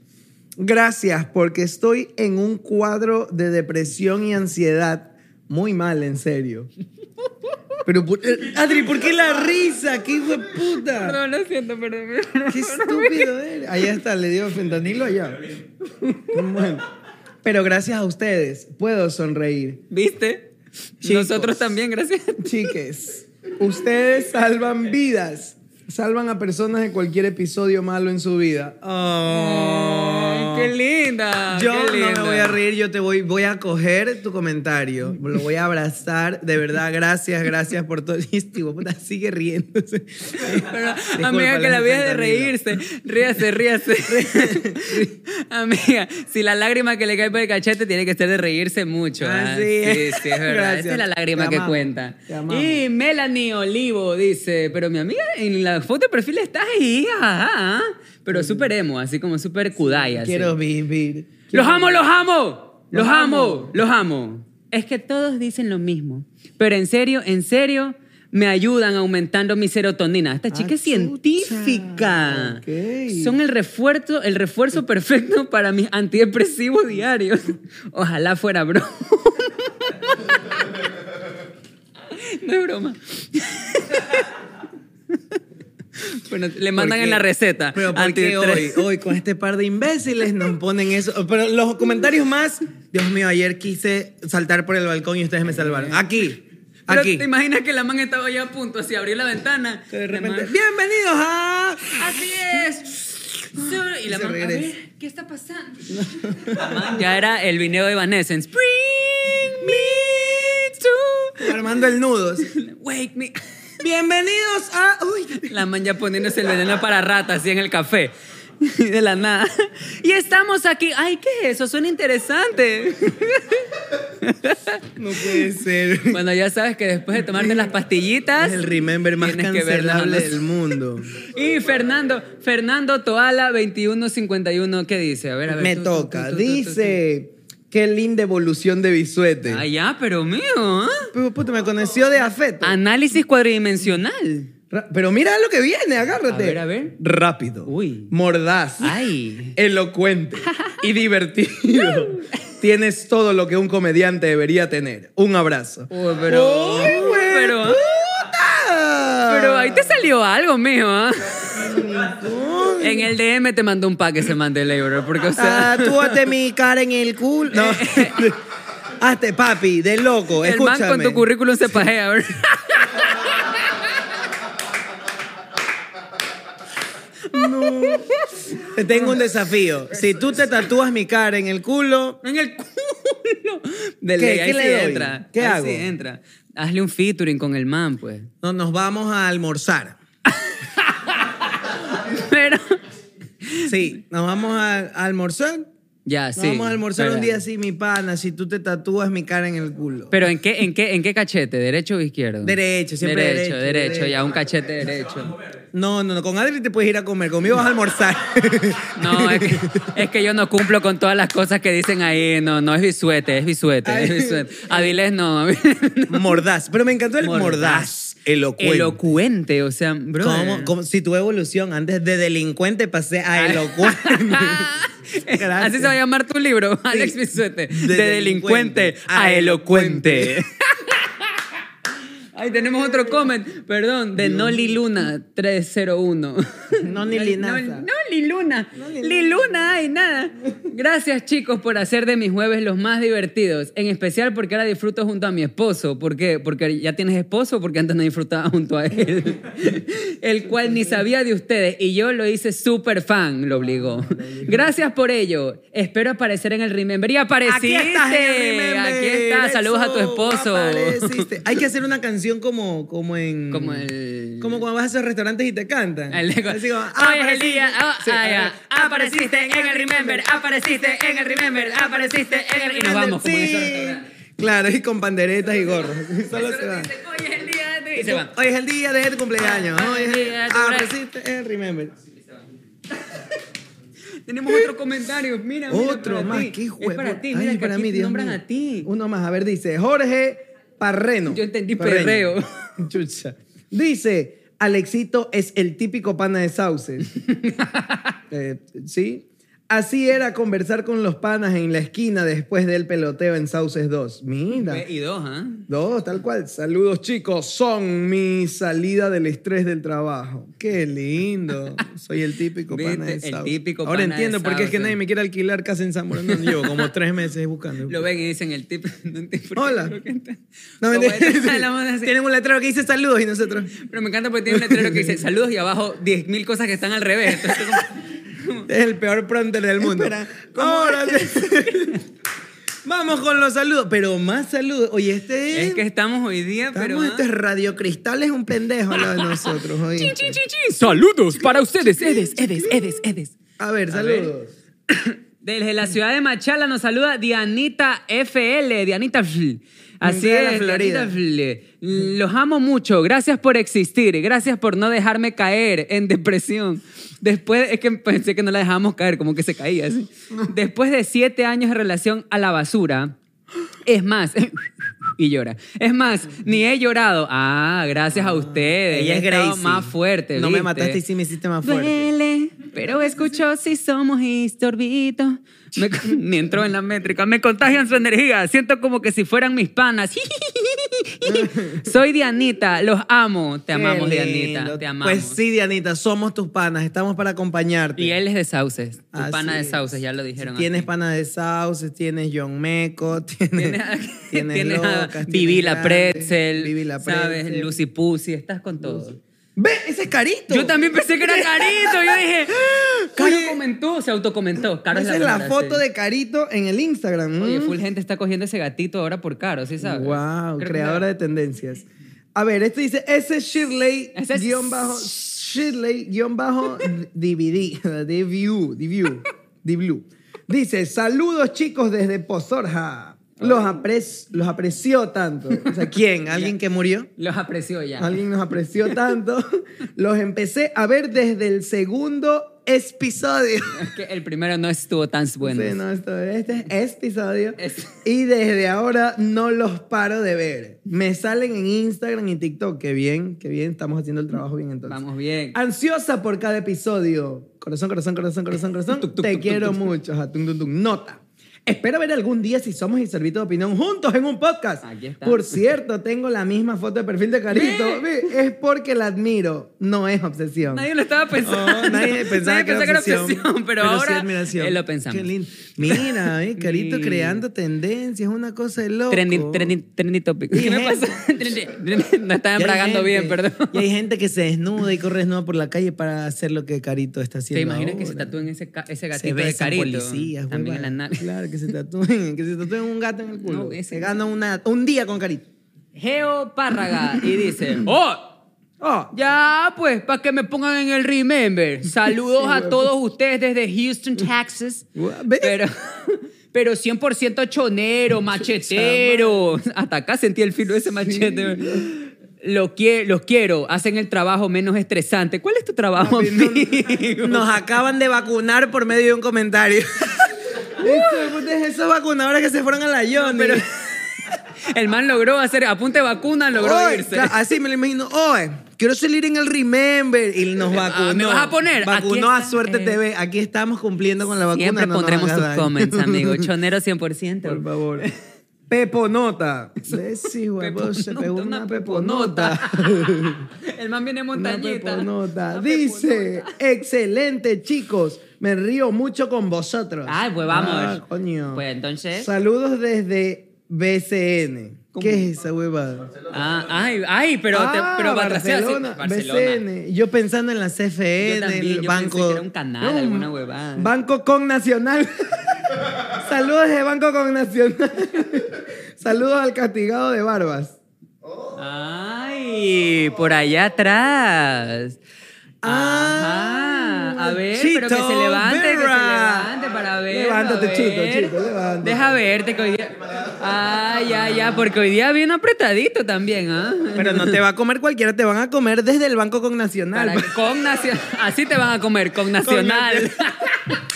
Speaker 1: Gracias porque estoy en un cuadro de depresión y ansiedad muy mal, en
Speaker 2: *laughs*
Speaker 1: serio. Pero, por- eh, Adri, ¿por qué la risa? ¡Qué hijo de puta!
Speaker 2: Perdón, lo siento, perdón.
Speaker 1: ¡Qué estúpido eres! Allá está, le dio fentanilo allá. Bueno, pero gracias a ustedes puedo sonreír.
Speaker 2: ¿Viste?
Speaker 1: Chicos.
Speaker 2: Nosotros también, gracias.
Speaker 1: Chiques, ustedes salvan vidas. Salvan a personas de cualquier episodio malo en su vida. Oh.
Speaker 2: Ay, ¡Qué linda!
Speaker 1: Yo
Speaker 2: qué
Speaker 1: no
Speaker 2: linda.
Speaker 1: me voy a reír, yo te voy, voy a coger tu comentario, lo voy a abrazar, de verdad, gracias, gracias por todo. *laughs* Y este hijo de puta sigue riéndose.
Speaker 2: Pero,
Speaker 1: *laughs* Disculpa,
Speaker 2: amiga, que la vida es de
Speaker 1: fentanilo.
Speaker 2: reírse.
Speaker 1: *laughs*
Speaker 2: Ríase, ríase. *laughs* amiga, si la lágrima que le cae por el cachete tiene que ser de reírse mucho.
Speaker 1: Ah,
Speaker 2: ¿ah?
Speaker 1: sí.
Speaker 2: Sí, sí,
Speaker 1: *laughs*
Speaker 2: es verdad.
Speaker 1: Gracias.
Speaker 2: Esa es la lágrima
Speaker 1: Te
Speaker 2: que
Speaker 1: amamos,
Speaker 2: cuenta.
Speaker 1: te amamos.
Speaker 2: Y Melanie Olivo dice, pero mi amiga, en la foto de perfil estás ahí, ajá, ajá". Pero súper emo, así como súper kudai. así.
Speaker 1: Mm. Quiero vivir.
Speaker 2: ¡Los amo, los amo!
Speaker 1: Los
Speaker 2: ¡Los amo!
Speaker 1: amo.
Speaker 2: ¡Los amo! Es que todos dicen lo mismo. Pero en serio, en serio, me ayudan aumentando mi serotonina. Esta chica es
Speaker 1: Ah, chucha.
Speaker 2: científica.
Speaker 1: Ok.
Speaker 2: Son el refuerzo, el refuerzo perfecto para mis antidepresivos diarios. *laughs* Ojalá fuera broma. *laughs* No es broma. Bueno, le mandan
Speaker 1: Porque-
Speaker 2: en la receta.
Speaker 1: Pero ¿por qué hoy,
Speaker 2: Antidepres-
Speaker 1: hoy con este par de imbéciles nos ponen eso? Pero los comentarios más, Dios mío, ayer quise saltar por el balcón y ustedes me salvaron. Aquí,
Speaker 2: Pero
Speaker 1: aquí.
Speaker 2: ¿Te imaginas que la man estaba ya a punto, así abrir la ventana?
Speaker 1: Que de
Speaker 2: La
Speaker 1: repente,
Speaker 2: man-
Speaker 1: bienvenidos a...
Speaker 2: Así es. Sobre- Y la
Speaker 1: Se
Speaker 2: man, a
Speaker 1: regresa.
Speaker 2: ver, ¿qué está pasando? La man ya era el video de Evanescence. Bring me
Speaker 1: Armando el nudo.
Speaker 2: to... Wake me...
Speaker 1: bienvenidos a... Uy.
Speaker 2: La man ya poniéndose el veneno para ratas así en el café. De la nada. Y estamos aquí. Ay, ¿qué es eso? Suena interesante.
Speaker 1: No puede ser.
Speaker 2: Bueno, ya sabes que después de tomarte las pastillitas...
Speaker 1: Es el remember más
Speaker 2: tienes que ver la
Speaker 1: cancelable
Speaker 2: mano-
Speaker 1: del mundo.
Speaker 2: Y Fernando, Fernando Toala 2151, ¿qué dice? A ver, a ver.
Speaker 1: Me
Speaker 2: tú, tú,
Speaker 1: toca.
Speaker 2: tú, tú, tú, tú,
Speaker 1: Dice, qué linda evolución de
Speaker 2: tú.
Speaker 1: bisuete.
Speaker 2: Ah, ya, pero mío, ¿ah?
Speaker 1: Pero, puta, me conoció de afecto.
Speaker 2: Análisis cuadridimensional.
Speaker 1: Ra- Pero mira lo que viene, agárrate.
Speaker 2: A ver, a ver.
Speaker 1: Rápido.
Speaker 2: Uy. Ah.
Speaker 1: Mordaz.
Speaker 2: Ay. *laughs*
Speaker 1: Elocuente. y divertido. Tienes todo lo que un comediante debería tener. Un abrazo.
Speaker 2: Uy, pero-
Speaker 1: ¡Uy, güey,
Speaker 2: pero-
Speaker 1: puta!
Speaker 2: *laughs* Pero ahí te salió algo, mijo, ¿ah? En el DM te mandó un pack ese man de Labor, porque, o
Speaker 1: Ah,
Speaker 2: sea...
Speaker 1: Tatúate mi cara en el culo.
Speaker 2: *laughs*
Speaker 1: No. Hazte, papi, de loco.
Speaker 2: El man
Speaker 1: Escúchame.
Speaker 2: con tu currículum se pajea, ¿verdad?
Speaker 1: Te tengo un desafío. Si tú te tatúas mi cara en el culo,
Speaker 2: En el culo. De
Speaker 1: ¿Qué-
Speaker 2: ley, ahí
Speaker 1: qué le
Speaker 2: sí
Speaker 1: doy?
Speaker 2: entra.
Speaker 1: ¿Qué
Speaker 2: ahí
Speaker 1: hago?
Speaker 2: sí entra. Hazle un featuring con el man,
Speaker 1: *laughs*
Speaker 2: pues.
Speaker 1: no, nos vamos a almorzar.
Speaker 2: Pero...
Speaker 1: Sí, nos vamos a, a almorzar.
Speaker 2: Ya,
Speaker 1: Nos
Speaker 2: sí.
Speaker 1: vamos a almorzar un
Speaker 2: ¿verdad?
Speaker 1: día así, mi pana, si tú te tatúas mi cara en el culo.
Speaker 2: Pero ¿en qué, en qué, en qué cachete? ¿Derecho o izquierdo?
Speaker 1: Derecho, siempre
Speaker 2: derecho.
Speaker 1: derecho,
Speaker 2: Derecho, ya,
Speaker 1: derecho.
Speaker 2: un cachete derecho.
Speaker 1: No, no, no, con Adri te puedes ir a comer, conmigo vas a almorzar.
Speaker 2: *laughs* No, es que, es que yo no cumplo con todas las cosas que dicen ahí. No, no es bisuete, es bisuete, es bisuete. Avilés no. Avilés
Speaker 1: *laughs*
Speaker 2: no.
Speaker 1: Mordaz, pero me encantó el mordaz, elocuente.
Speaker 2: Elocuente, o sea, bro.
Speaker 1: ¿Cómo,
Speaker 2: *laughs*
Speaker 1: cómo- si tu evolución, antes de delincuente pasé a
Speaker 2: *laughs*
Speaker 1: elocuente.
Speaker 2: Así se va a llamar tu libro, Alex Bisuete. De, delincuente a elocuente. *laughs* Ahí tenemos otro comment, perdón, de Noli Luna 301.
Speaker 1: No, ni linaza.
Speaker 2: No, Liluna. Liluna, ay, nada. Gracias, chicos, por hacer de mis jueves los más divertidos. En especial porque ahora disfruto junto a mi esposo. ¿Por qué? Porque ya tienes esposo, porque antes no disfrutaba junto a él. *laughs* El cual ni sabía de ustedes. Y yo lo hice súper fan, lo
Speaker 1: Ah,
Speaker 2: obligó. Gracias por ello. Espero aparecer en el Remember. Y apareciste.
Speaker 1: Aquí estás, Henry Member.
Speaker 2: Aquí estás. Saludos a tu
Speaker 1: Eso,
Speaker 2: esposo.
Speaker 1: apareciste. Hay que hacer una canción como, como en. Como Como cuando vas a esos restaurantes y te cantan.
Speaker 2: *laughs*
Speaker 1: Así como,
Speaker 2: Hoy es el
Speaker 1: "Apareciste".
Speaker 2: día. ah,
Speaker 1: Sí,
Speaker 2: ah, ya.
Speaker 1: apareciste.
Speaker 2: Apareciste en el Remember. Apareciste en el Remember. Apareciste en el. Y nos vamos. como en esos restaurantes.
Speaker 1: Claro, y con panderetas y gorros. *laughs* Solo se va.
Speaker 2: Hoy es el día de. Y se van.
Speaker 1: Hoy es el día de tu cumpleaños. Hoy es el día. Ah, Apareciste en Remember.
Speaker 2: Tenemos otro comentario. Mira, mira,
Speaker 1: Otro
Speaker 2: para
Speaker 1: más,
Speaker 2: ti.
Speaker 1: qué
Speaker 2: Es para ti, mira, que aquí te nombran a
Speaker 1: ti. Uno más, a ver, dice Jorge Parreno. Yo entendí
Speaker 2: perreo.
Speaker 1: *laughs* Chucha. Dice, Alexito es el típico pana de
Speaker 2: *laughs*
Speaker 1: sauces. Eh, ¿Sí? Así era conversar con los panas en la esquina después del peloteo en Sauces 2. Mira.
Speaker 2: Ve, Y dos, ¿ah?
Speaker 1: Dos, tal cual. Saludos, chicos. Son mi salida del estrés del trabajo. Qué lindo. Soy el típico pana de
Speaker 2: Viste, el
Speaker 1: Sauce.
Speaker 2: típico
Speaker 1: Ahora
Speaker 2: pana de
Speaker 1: entiendo por qué es que
Speaker 2: Sauce.
Speaker 1: nadie me quiere alquilar casa en San Moreno. Llevo como tres meses buscando.
Speaker 2: *laughs* Lo ven y dicen el tip. No entiendo por qué
Speaker 1: Hola.
Speaker 2: creo que está-
Speaker 1: No,
Speaker 2: Como
Speaker 1: mentira. *laughs*
Speaker 2: esta- la moda así.
Speaker 1: Tienen un letrero que dice saludos y nosotros.
Speaker 2: Pero me encanta porque tiene un letrero que dice saludos y abajo 10.000 cosas que están al revés. Entonces, como-
Speaker 1: Es el peor prompter del mundo. Ahora *laughs* sí. Vamos con los saludos, pero más saludos. Oye, este
Speaker 2: es que estamos hoy día, pero.
Speaker 1: Estamos, este
Speaker 2: ah.
Speaker 1: esto es Radio Cristal, es un pendejo lo de nosotros. oye.
Speaker 2: *laughs* Chin, chin, chin, chin. Saludos para ustedes, Edes, Edes, Edes, Edes.
Speaker 1: A ver,
Speaker 2: A ver.
Speaker 1: saludos.
Speaker 2: Desde la ciudad de Machala nos saluda Dianita FL, Dianita FL. Así
Speaker 1: De la
Speaker 2: es,
Speaker 1: Florida.
Speaker 2: Dianita FL. Los amo mucho, gracias por existir, gracias por no dejarme caer en depresión. Después, es que pensé que no la dejábamos caer, como que se caía así. Después de siete años de relación a la basura, es más, *laughs* y llora. Es más, ni he llorado. Ah, gracias a ustedes.
Speaker 1: Ella
Speaker 2: He
Speaker 1: es
Speaker 2: estado
Speaker 1: Gracie.
Speaker 2: más fuerte.
Speaker 1: No me
Speaker 2: ¿viste?
Speaker 1: mataste y sí me hiciste más fuerte.
Speaker 2: Duele, pero escucho si somos historbitos.
Speaker 1: *laughs*
Speaker 2: Me, *laughs* ni entró en la métrica. Me contagian su energía. Siento como que si fueran mis panas. *laughs* Soy Dianita, los amo. Te amamos,
Speaker 1: Qué
Speaker 2: Dianita.
Speaker 1: lindo.
Speaker 2: Te amamos.
Speaker 1: Pues sí, Dianita, somos tus panas, estamos para acompañarte.
Speaker 2: y él es de Sauces. Tu
Speaker 1: Así
Speaker 2: pana de
Speaker 1: es.
Speaker 2: Sauces, ya lo dijeron.
Speaker 1: Tienes
Speaker 2: aquí.
Speaker 1: pana de sauces, tienes John Meco, *laughs* tienes, tienes,
Speaker 2: Tienes a
Speaker 1: locas,
Speaker 2: Viví
Speaker 1: tienes
Speaker 2: la
Speaker 1: grandes,
Speaker 2: Pretzel.
Speaker 1: Vivi la
Speaker 2: ¿Sabes?
Speaker 1: Pretzel.
Speaker 2: Lucy Pussy. Estás con todo.
Speaker 1: Ve, ese es carito.
Speaker 2: Yo también pensé
Speaker 1: *laughs*
Speaker 2: que era Carito. Yo dije, Caro
Speaker 1: Oye,
Speaker 2: comentó, se autocomentó. Caro
Speaker 1: esa es la
Speaker 2: primera,
Speaker 1: foto
Speaker 2: sí.
Speaker 1: de Carito en el Instagram.
Speaker 2: Oye,
Speaker 1: Mm.
Speaker 2: full gente está cogiendo ese gatito ahora por Caro, ¿sí sabes?
Speaker 1: Wow,
Speaker 2: Creo que
Speaker 1: creadora de tendencias. A ver, este dice, ese es Shirley,
Speaker 2: Ese es-
Speaker 1: guión bajo, Shirley, guión bajo, *laughs* DVD, de view, de view, de blue. Dice, saludos chicos desde Pozorja. Los, apres- los apreció tanto. O sea,
Speaker 2: *laughs*
Speaker 1: ¿quién? ¿Alguien que murió?
Speaker 2: Los apreció ya.
Speaker 1: Alguien nos apreció tanto.
Speaker 2: *laughs*
Speaker 1: Los empecé a ver desde el segundo episodio.
Speaker 2: Es que el primero no estuvo tan bueno.
Speaker 1: Sí, no, esto- este es episodio. Y desde ahora no los paro de ver. Me salen en Instagram y TikTok. Qué bien, qué bien. Estamos haciendo el trabajo bien entonces.
Speaker 2: Vamos bien.
Speaker 1: Ah, Ansiosa por cada episodio. Corazón, corazón, corazón, corazón, corazón. Te quiero mucho. Ajá, tum, tum, tum. Nota. Espero ver algún día si somos y servito de opinión juntos en un podcast.
Speaker 2: Aquí está.
Speaker 1: Por cierto, tengo la misma foto de perfil de Carito.
Speaker 2: *laughs*
Speaker 1: Ve, Es porque la admiro. No es obsesión.
Speaker 2: Nadie lo estaba pensando. *laughs*
Speaker 1: Oh, nadie pensaba que era obsesión,
Speaker 2: pero,
Speaker 1: sí
Speaker 2: ahora
Speaker 1: admiración.
Speaker 2: eh, lo pensamos.
Speaker 1: Qué lindo.
Speaker 2: *laughs*
Speaker 1: Mira, eh, Carito creando tendencias, una cosa de loco.
Speaker 2: Trending, trending, trending topic.
Speaker 1: Y
Speaker 2: *laughs* ¿Qué me
Speaker 1: gente-
Speaker 2: pasa? no estaba
Speaker 1: Y hay
Speaker 2: embragando bien,
Speaker 1: gente-
Speaker 2: perdón.
Speaker 1: Y hay gente que se desnuda y corre desnuda por la calle para hacer lo que Carito está
Speaker 2: *laughs* ¿Te
Speaker 1: haciendo.
Speaker 2: imaginas que se
Speaker 1: ahora?
Speaker 2: tatúen ese, ca- ese
Speaker 1: se
Speaker 2: gatito de
Speaker 1: besan
Speaker 2: Carito?
Speaker 1: policías,
Speaker 2: También en la
Speaker 1: huevada.
Speaker 2: nave.
Speaker 1: Claro, que se tatúen, que se tatúen un gato en el culo.
Speaker 2: No, ese-
Speaker 1: se gana una- un día con Carito.
Speaker 2: Geo Párraga
Speaker 1: *laughs*
Speaker 2: y dice, ¡Oh! Ya, pues, para que me pongan en el remember.
Speaker 1: *laughs*
Speaker 2: Saludos
Speaker 1: Sí,
Speaker 2: a
Speaker 1: huevo.
Speaker 2: todos ustedes desde Houston, Texas. Pero, *laughs* pero *laughs* 100% chonero, machetero. Hasta acá sentí el filo de ese machete. Lo quie- los quiero, hacen el trabajo menos estresante. ¿Cuál es tu trabajo, amigo?
Speaker 1: Nos acaban de vacunar por medio de un
Speaker 2: *laughs*
Speaker 1: comentario. Estos- Esos vacunadores que se fueron a la Johnny.
Speaker 2: El man logró hacer apunte vacuna, logró
Speaker 1: Oye,
Speaker 2: irse.
Speaker 1: claro, así me lo imagino. Oye, quiero salir en el Remember. Y nos vacunó.
Speaker 2: Ah, ¿me vas a poner?
Speaker 1: Vacunó
Speaker 2: Aquí
Speaker 1: a
Speaker 2: está.
Speaker 1: Suerte
Speaker 2: Eh.
Speaker 1: TV. Aquí estamos cumpliendo con la vacuna.
Speaker 2: Siempre
Speaker 1: no nos
Speaker 2: pondremos
Speaker 1: hagas
Speaker 2: tus
Speaker 1: daño. *laughs*
Speaker 2: comments, amigo. Chonero 100%. Por
Speaker 1: favor. Peponota.
Speaker 2: *laughs*
Speaker 1: Sí, huevón, se pegó una peponota.
Speaker 2: *laughs*
Speaker 1: *laughs*
Speaker 2: El man viene
Speaker 1: Una
Speaker 2: montañita.
Speaker 1: peponota. Dice, excelente chicos, me río mucho con vosotros.
Speaker 2: Ay, pues vamos.
Speaker 1: Ah, coño.
Speaker 2: Pues entonces.
Speaker 1: Saludos desde BCN. ¿Qué es esa huevada?
Speaker 2: Ah, ay, ay, pero, te,
Speaker 1: Ah,
Speaker 2: pero batraceo, sí.
Speaker 1: Barcelona,
Speaker 2: Barcelona.
Speaker 1: BCN. Yo pensando en la CFN,
Speaker 2: Yo también, yo
Speaker 1: el
Speaker 2: pensé
Speaker 1: banco.
Speaker 2: que era un canal,
Speaker 1: No,
Speaker 2: alguna huevada.
Speaker 1: Banco Con Nacional. *laughs* Saludos de Banco Con Nacional. *laughs* Saludos al castigado de Barbas.
Speaker 2: Ay, por allá atrás. Ajá. A ver, pero que se
Speaker 1: Ah, Chito
Speaker 2: levante, que se
Speaker 1: Vera.
Speaker 2: levante para ver.
Speaker 1: Levántate,
Speaker 2: a ver.
Speaker 1: Chito, Chito, levántate.
Speaker 2: Deja verte que hoy día. Ay, ya, ya, porque hoy día viene apretadito también, ¿ah?
Speaker 1: Pero no te va a comer cualquiera, te van a comer desde el Banco Con Nacional.
Speaker 2: Para que- con nacio- Así te van a comer, con nacional. *laughs*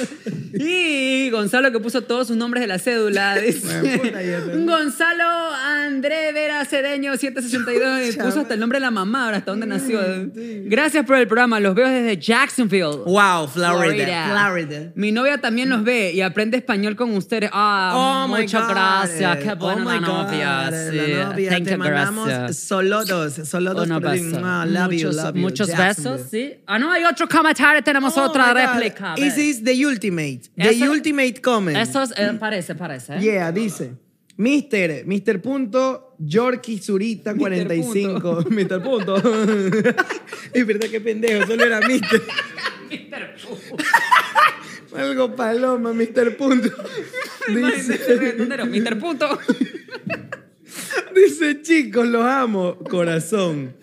Speaker 2: y Gonzalo que puso todos sus nombres de la cédula. dice. *laughs* Gonzalo André Vera Cedeño, 762. eh, puso hasta el nombre de la mamá, ahora hasta dónde nació. eh. Gracias por el programa, los veo desde Jacksonville.
Speaker 1: Wow, Florida.
Speaker 2: Mi novia también los ve y aprende español con ustedes. Ah,
Speaker 1: Oh, my
Speaker 2: muchas
Speaker 1: God.
Speaker 2: gracias. Qué
Speaker 1: Oh,
Speaker 2: buena
Speaker 1: my
Speaker 2: la novia.
Speaker 1: God, la
Speaker 2: sí.
Speaker 1: novia.
Speaker 2: Thank
Speaker 1: Te
Speaker 2: you,
Speaker 1: mandamos
Speaker 2: gracias.
Speaker 1: solotos, solotos
Speaker 2: Unos
Speaker 1: por ti.
Speaker 2: besos.
Speaker 1: Mua, love you,
Speaker 2: muchos
Speaker 1: love you.
Speaker 2: muchos
Speaker 1: Jacksonville.
Speaker 2: besos, sí. Ah, no, hay otro comentario, tenemos
Speaker 1: Oh
Speaker 2: otra
Speaker 1: my God.
Speaker 2: réplica. a ver.
Speaker 1: This is the ultimate. The
Speaker 2: Eso-
Speaker 1: ultimate comment.
Speaker 2: Eso es- eh, parece, parece. *laughs* ¿eh?
Speaker 1: Yeah, dice. Mister, Mister Punto, Yorkie Zurita 45. *laughs* Mister Punto. es verdad que pendejo, solo era Mister. *laughs* Algo paloma, Mister Punto. Dice,
Speaker 2: Pero,
Speaker 1: *laughs*
Speaker 2: Mr. Punto.
Speaker 1: dice, chicos, los amo, corazón.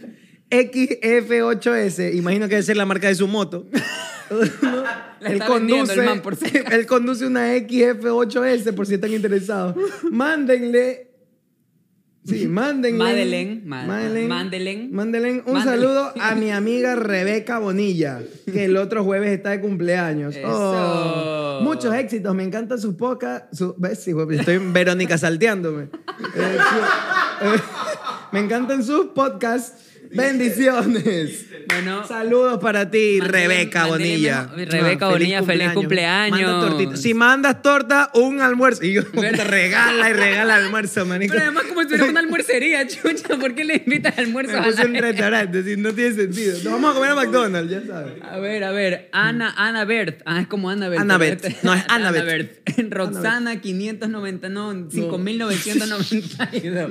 Speaker 1: XF8S, imagino que debe ser la marca de su moto. *laughs*
Speaker 2: La está vendiendo el man, por si
Speaker 1: *laughs* él conduce una XF8S, por si están interesados. Mándenle. Sí, mándenle.
Speaker 2: Madeleine, ma-
Speaker 1: Madeleine.
Speaker 2: Madeleine.
Speaker 1: Mándenle un
Speaker 2: Mándenle.
Speaker 1: saludo a
Speaker 2: *laughs*
Speaker 1: mi amiga Rebeca Bonilla, que el otro jueves está de cumpleaños.
Speaker 2: Eso.
Speaker 1: Oh, muchos éxitos, me encantan sus pocas. Su, ¿ves? Sí, güey, estoy en Verónica salteándome. Eh, sí, eh, *laughs* me encantan sus podcasts. Bendiciones.
Speaker 2: Bueno,
Speaker 1: Saludos para ti,
Speaker 2: Mándale-
Speaker 1: Rebeca
Speaker 2: mándale
Speaker 1: Bonilla. Ah,
Speaker 2: memo- Rebeca Bonilla, feliz cumpleaños.
Speaker 1: Manda tortita. Si mandas torta, un almuerzo. Y yo *laughs* te regala y regala almuerzo, manico.
Speaker 2: pero además, como si fuera una almuercería, chucha, ¿por qué le invitas almuerzo
Speaker 1: Me
Speaker 2: a
Speaker 1: puse
Speaker 2: *laughs* la
Speaker 1: un restaurante, si no tiene sentido. Nos vamos a comer a McDonald's, ya sabes.
Speaker 2: A ver, a ver, Ana, Ana Bert. Ah, es como Ana Bert.
Speaker 1: Ana
Speaker 2: pero *laughs*
Speaker 1: Bert.
Speaker 2: este-
Speaker 1: No, es Ana Bert.
Speaker 2: Roxana, 590, no,
Speaker 1: *laughs*
Speaker 2: 5992.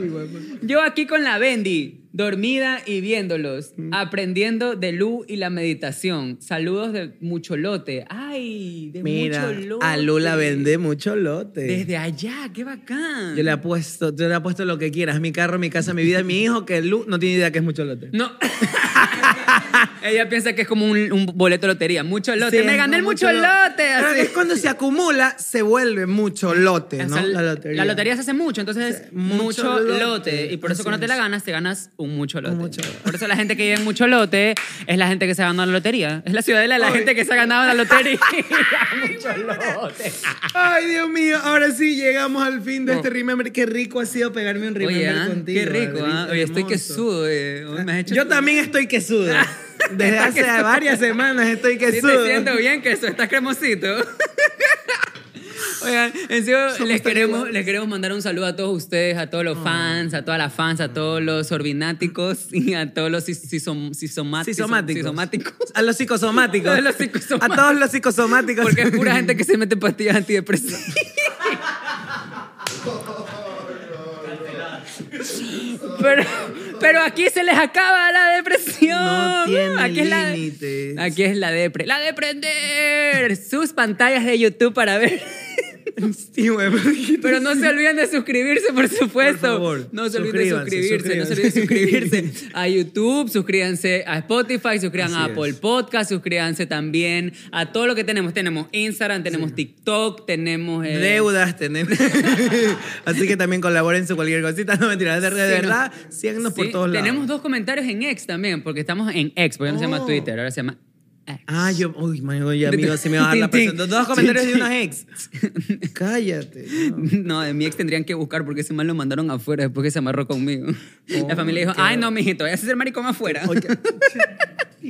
Speaker 2: Yo aquí con la Bendy, dormida y viéndolos, aprendiendo de Lu y la meditación. Saludos de Mucholote. Ay, de
Speaker 1: Mira,
Speaker 2: Mucholote.
Speaker 1: a Lula vende mucho lote.
Speaker 2: Desde allá, qué bacán.
Speaker 1: Yo le apuesto, yo le apuesto lo que quieras. Mi carro, mi casa, mi vida, mi hijo, que Lu no tiene idea que es mucho lote.
Speaker 2: No. *laughs* Ella piensa que es como un, un boleto de lotería. Mucho lote.
Speaker 1: Sí,
Speaker 2: Me gané
Speaker 1: no,
Speaker 2: el mucho
Speaker 1: lo-
Speaker 2: lote.
Speaker 1: Pero
Speaker 2: así.
Speaker 1: Es cuando se acumula, se vuelve mucho lote,
Speaker 2: O
Speaker 1: ¿no?
Speaker 2: sea,
Speaker 1: la lotería.
Speaker 2: la se hace mucho, entonces es mucho,
Speaker 1: mucho
Speaker 2: lote.
Speaker 1: lote.
Speaker 2: Y por eso
Speaker 1: Así
Speaker 2: cuando te la
Speaker 1: es.
Speaker 2: ganas, te ganas un mucho lote. Por eso la gente que vive en mucho lote es la gente que se ha ganado la lotería. Es la ciudadela de la
Speaker 1: Ay. ah,
Speaker 2: gente que se ha ganado
Speaker 1: *laughs*
Speaker 2: la lotería.
Speaker 1: Ay, Dios mío, ahora sí llegamos al fin de este Remember. Qué rico ha sido pegarme un
Speaker 2: Oh. Oye,
Speaker 1: Remember
Speaker 2: ah,
Speaker 1: contigo.
Speaker 2: qué rico, ¿ah?
Speaker 1: Adrián,
Speaker 2: Oye, estoy que
Speaker 1: hermoso.
Speaker 2: sudo. eh. Hoy me has hecho-
Speaker 1: Yo también estoy que
Speaker 2: *laughs*
Speaker 1: sudo. Desde
Speaker 2: Está que
Speaker 1: hace
Speaker 2: sudo.
Speaker 1: varias semanas estoy que
Speaker 2: Sí
Speaker 1: sudo.
Speaker 2: te siento bien, queso.
Speaker 1: *laughs*
Speaker 2: Estás cremosito. Oigan, en serio, les queremos, les queremos mandar un saludo a todos ustedes, a todos los fans, a todas las fans, a todos los orbináticos y a todos los sis- sisom- sisomat-
Speaker 1: Sisomáticos.
Speaker 2: sisomáticos.
Speaker 1: A los psicosomáticos.
Speaker 2: A los psicosomáticos.
Speaker 1: A todos los psicosomáticos.
Speaker 2: Porque es pura gente que se mete pastillas antidepresivas. Pero, pero aquí se les acaba la depresión.
Speaker 1: No tiene
Speaker 2: aquí es la,
Speaker 1: límites.
Speaker 2: aquí es la depre. La de prender sus pantallas de YouTube para ver
Speaker 1: *laughs* Sí, güey.
Speaker 2: Pero no se olviden de suscribirse, por supuesto.
Speaker 1: Por favor,
Speaker 2: no se olviden de suscribirse,
Speaker 1: suscríbanse,
Speaker 2: no se olviden de suscribirse a YouTube, suscríbanse a Spotify, suscriban a
Speaker 1: Así es.
Speaker 2: Apple Podcast, suscríbanse también a todo lo que tenemos. Tenemos Instagram, tenemos TikTok, tenemos eh,
Speaker 1: Deudas tenemos. *laughs* Así que también colaboren su cualquier cosita. No mentiras, de, de
Speaker 2: Sí,
Speaker 1: verdad,
Speaker 2: no.
Speaker 1: síganos por
Speaker 2: Sí,
Speaker 1: todos lados.
Speaker 2: Tenemos dos comentarios en X también, porque estamos en X, porque no se llama
Speaker 1: Oh.
Speaker 2: Twitter, ahora se llama
Speaker 1: Ah, yo. Uy, man, oye, amigo, se me va a dar
Speaker 2: *laughs*
Speaker 1: la
Speaker 2: Tin, tin.
Speaker 1: presión. Dos- Dos comentarios de
Speaker 2: Tin, tin.
Speaker 1: una ex. Cállate.
Speaker 2: No, de mi ex tendrían que buscar porque ese mal lo mandaron afuera después que se amarró conmigo.
Speaker 1: Oh,
Speaker 2: la familia dijo, ay no, mijito, vayas a ser maricón afuera. *laughs*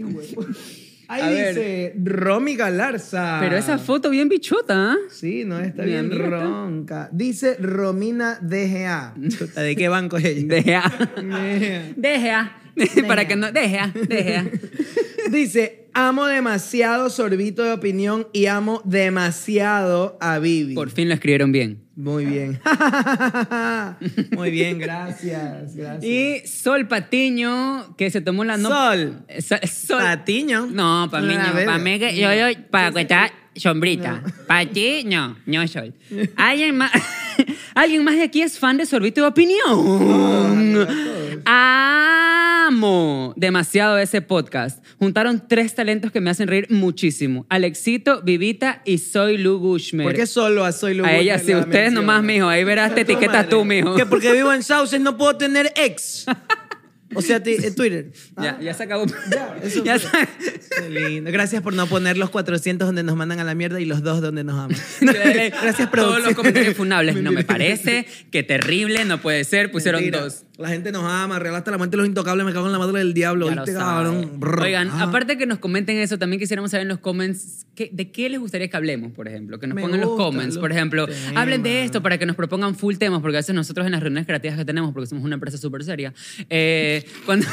Speaker 2: A
Speaker 1: Ahí
Speaker 2: ver.
Speaker 1: dice Romy Galarza.
Speaker 2: Pero esa foto bien bichota, ¿eh?
Speaker 1: Sí, no, está
Speaker 2: Mi
Speaker 1: bien
Speaker 2: amiga está-
Speaker 1: ronca. Dice Romina
Speaker 2: *laughs*
Speaker 1: DGA. Chuta, ¿De qué *laughs* banco es ella?
Speaker 2: DGA.
Speaker 1: DGA.
Speaker 2: *laughs* Dejea. Para que no, dejea, dejea.
Speaker 1: Dice, amo demasiado sorbito de opinión y amo demasiado a Vivi.
Speaker 2: Por fin lo escribieron bien.
Speaker 1: Muy bien. Muy bien, *laughs* gracias, gracias.
Speaker 2: Y Sol Patiño, que se tomó la no...
Speaker 1: Sol.
Speaker 2: Eh, Sol. Sol-
Speaker 1: Patiño.
Speaker 2: No, para mí
Speaker 1: A
Speaker 2: no.
Speaker 1: ver.
Speaker 2: Para mí que yo, yo, para que está sombrita. Para ti, no, *laughs* no Sol. ¿Alguien más, ¿Alguien más de aquí es fan de Sorbito de Opinión? Amo demasiado ese podcast. Juntaron tres talentos que me hacen reír muchísimo. Alexito, Vivita y Soy Lu Gushmer.
Speaker 1: ¿Por qué solo a Soy Lugo
Speaker 2: A ella
Speaker 1: me
Speaker 2: sí,
Speaker 1: la
Speaker 2: ustedes
Speaker 1: menciona?
Speaker 2: nomás, mijo. Ahí verás, te etiquetas tú, mijo.
Speaker 1: Que porque vivo en Sauces no puedo tener ex. O sea, ti- eh, Twitter.
Speaker 2: *laughs*
Speaker 1: Ah,
Speaker 2: Ya, ya se acabó. *laughs* Ya, se-
Speaker 1: Qué lindo. Gracias por no poner los 400 donde nos mandan a la mierda y los dos donde nos
Speaker 2: *laughs*
Speaker 1: aman. *laughs* Gracias,
Speaker 2: Todos los
Speaker 1: producción.
Speaker 2: comentarios funables. No me parece. Qué terrible. No puede ser. Pusieron
Speaker 1: Mentira.
Speaker 2: dos.
Speaker 1: La gente nos ama, regalaste la muerte de los intocables, me cago en la madre del diablo.
Speaker 2: Ya lo
Speaker 1: ¿viste,
Speaker 2: saben.
Speaker 1: cabrón? Brr.
Speaker 2: Oigan,
Speaker 1: Ah.
Speaker 2: aparte que nos comenten eso, también quisiéramos saber en los comments qué- de qué les gustaría que hablemos, por ejemplo. Que nos
Speaker 1: Me
Speaker 2: pongan en los
Speaker 1: gustan
Speaker 2: comments,
Speaker 1: los
Speaker 2: por ejemplo. Hablen de
Speaker 1: temas.
Speaker 2: esto para que nos propongan full temas, porque a veces nosotros en las reuniones creativas que tenemos, porque somos una empresa súper seria, eh, cuando...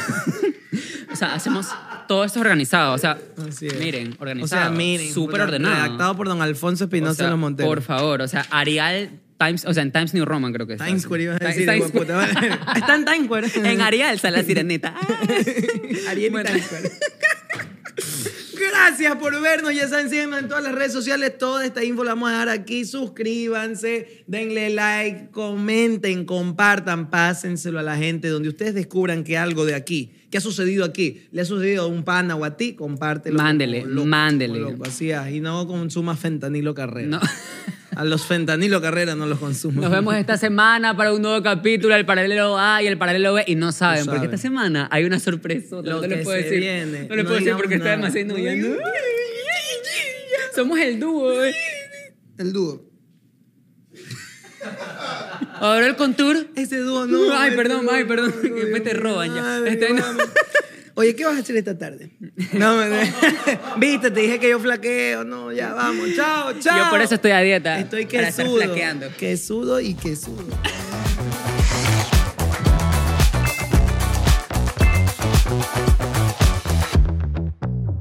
Speaker 2: *laughs* o sea, hacemos todo esto organizado. O sea,
Speaker 1: Así es.
Speaker 2: miren,
Speaker 1: O
Speaker 2: organizado.
Speaker 1: sea, miren.
Speaker 2: Súper
Speaker 1: re-
Speaker 2: ordenado.
Speaker 1: Redactado por don Alfonso
Speaker 2: O
Speaker 1: Espinosa
Speaker 2: sea,
Speaker 1: Los Monteros.
Speaker 2: Por favor, o sea, Arial Times, o sea, en Times New Roman creo que es.
Speaker 1: Times Square ibas a
Speaker 2: Times-
Speaker 1: decir,
Speaker 2: Times
Speaker 1: hijo de puta.
Speaker 2: *laughs* Square.
Speaker 1: *laughs* Está en Times Square.
Speaker 2: en Arial está la sirenita.
Speaker 1: *laughs* Ariel y
Speaker 2: Bueno.
Speaker 1: Times Square. *laughs* Gracias por vernos. Ya saben, síguenos en todas las redes sociales. Toda esta info la vamos a dar aquí. Suscríbanse, denle like, comenten, compartan, pásenselo a la gente. Donde ustedes descubran que algo de aquí, que ha sucedido aquí, le ha sucedido a un pana o a ti, compártelo. como
Speaker 2: Mándele,
Speaker 1: como
Speaker 2: mándele.
Speaker 1: loco. Así es. Y no consumas fentanilo carrera.
Speaker 2: No.
Speaker 1: A los fentanilo carrera no los consumas.
Speaker 2: Nos vemos esta semana para un nuevo capítulo, el paralelo A y el paralelo B. Y no
Speaker 1: No
Speaker 2: saben, porque
Speaker 1: saben.
Speaker 2: esta semana hay una sorpresa.
Speaker 1: Lo
Speaker 2: no les
Speaker 1: que
Speaker 2: puedo
Speaker 1: se
Speaker 2: decir.
Speaker 1: viene.
Speaker 2: No les
Speaker 1: No
Speaker 2: puedo decir
Speaker 1: digamos
Speaker 2: porque
Speaker 1: nada.
Speaker 2: está demasiado
Speaker 1: No
Speaker 2: innovando.
Speaker 1: digamos-
Speaker 2: Somos el dúo. ¿eh?
Speaker 1: El dúo.
Speaker 2: Ahora el contour.
Speaker 1: Ese dúo no.
Speaker 2: *laughs* ay,
Speaker 1: ese
Speaker 2: perdón,
Speaker 1: dúo,
Speaker 2: ay, perdón.
Speaker 1: no,
Speaker 2: que
Speaker 1: Dios
Speaker 2: después te
Speaker 1: mío,
Speaker 2: roban ya. Este,
Speaker 1: madre,
Speaker 2: Estoy- *laughs*
Speaker 1: vamos. Oye, ¿qué vas a hacer esta tarde? No, me... *laughs* Viste, te dije que yo flaqueo. No, ya vamos. Chao, chao.
Speaker 2: Yo por eso estoy a dieta.
Speaker 1: Estoy
Speaker 2: para
Speaker 1: que
Speaker 2: estar
Speaker 1: sudo.
Speaker 2: flaqueando.
Speaker 1: Que sudo y que sudo.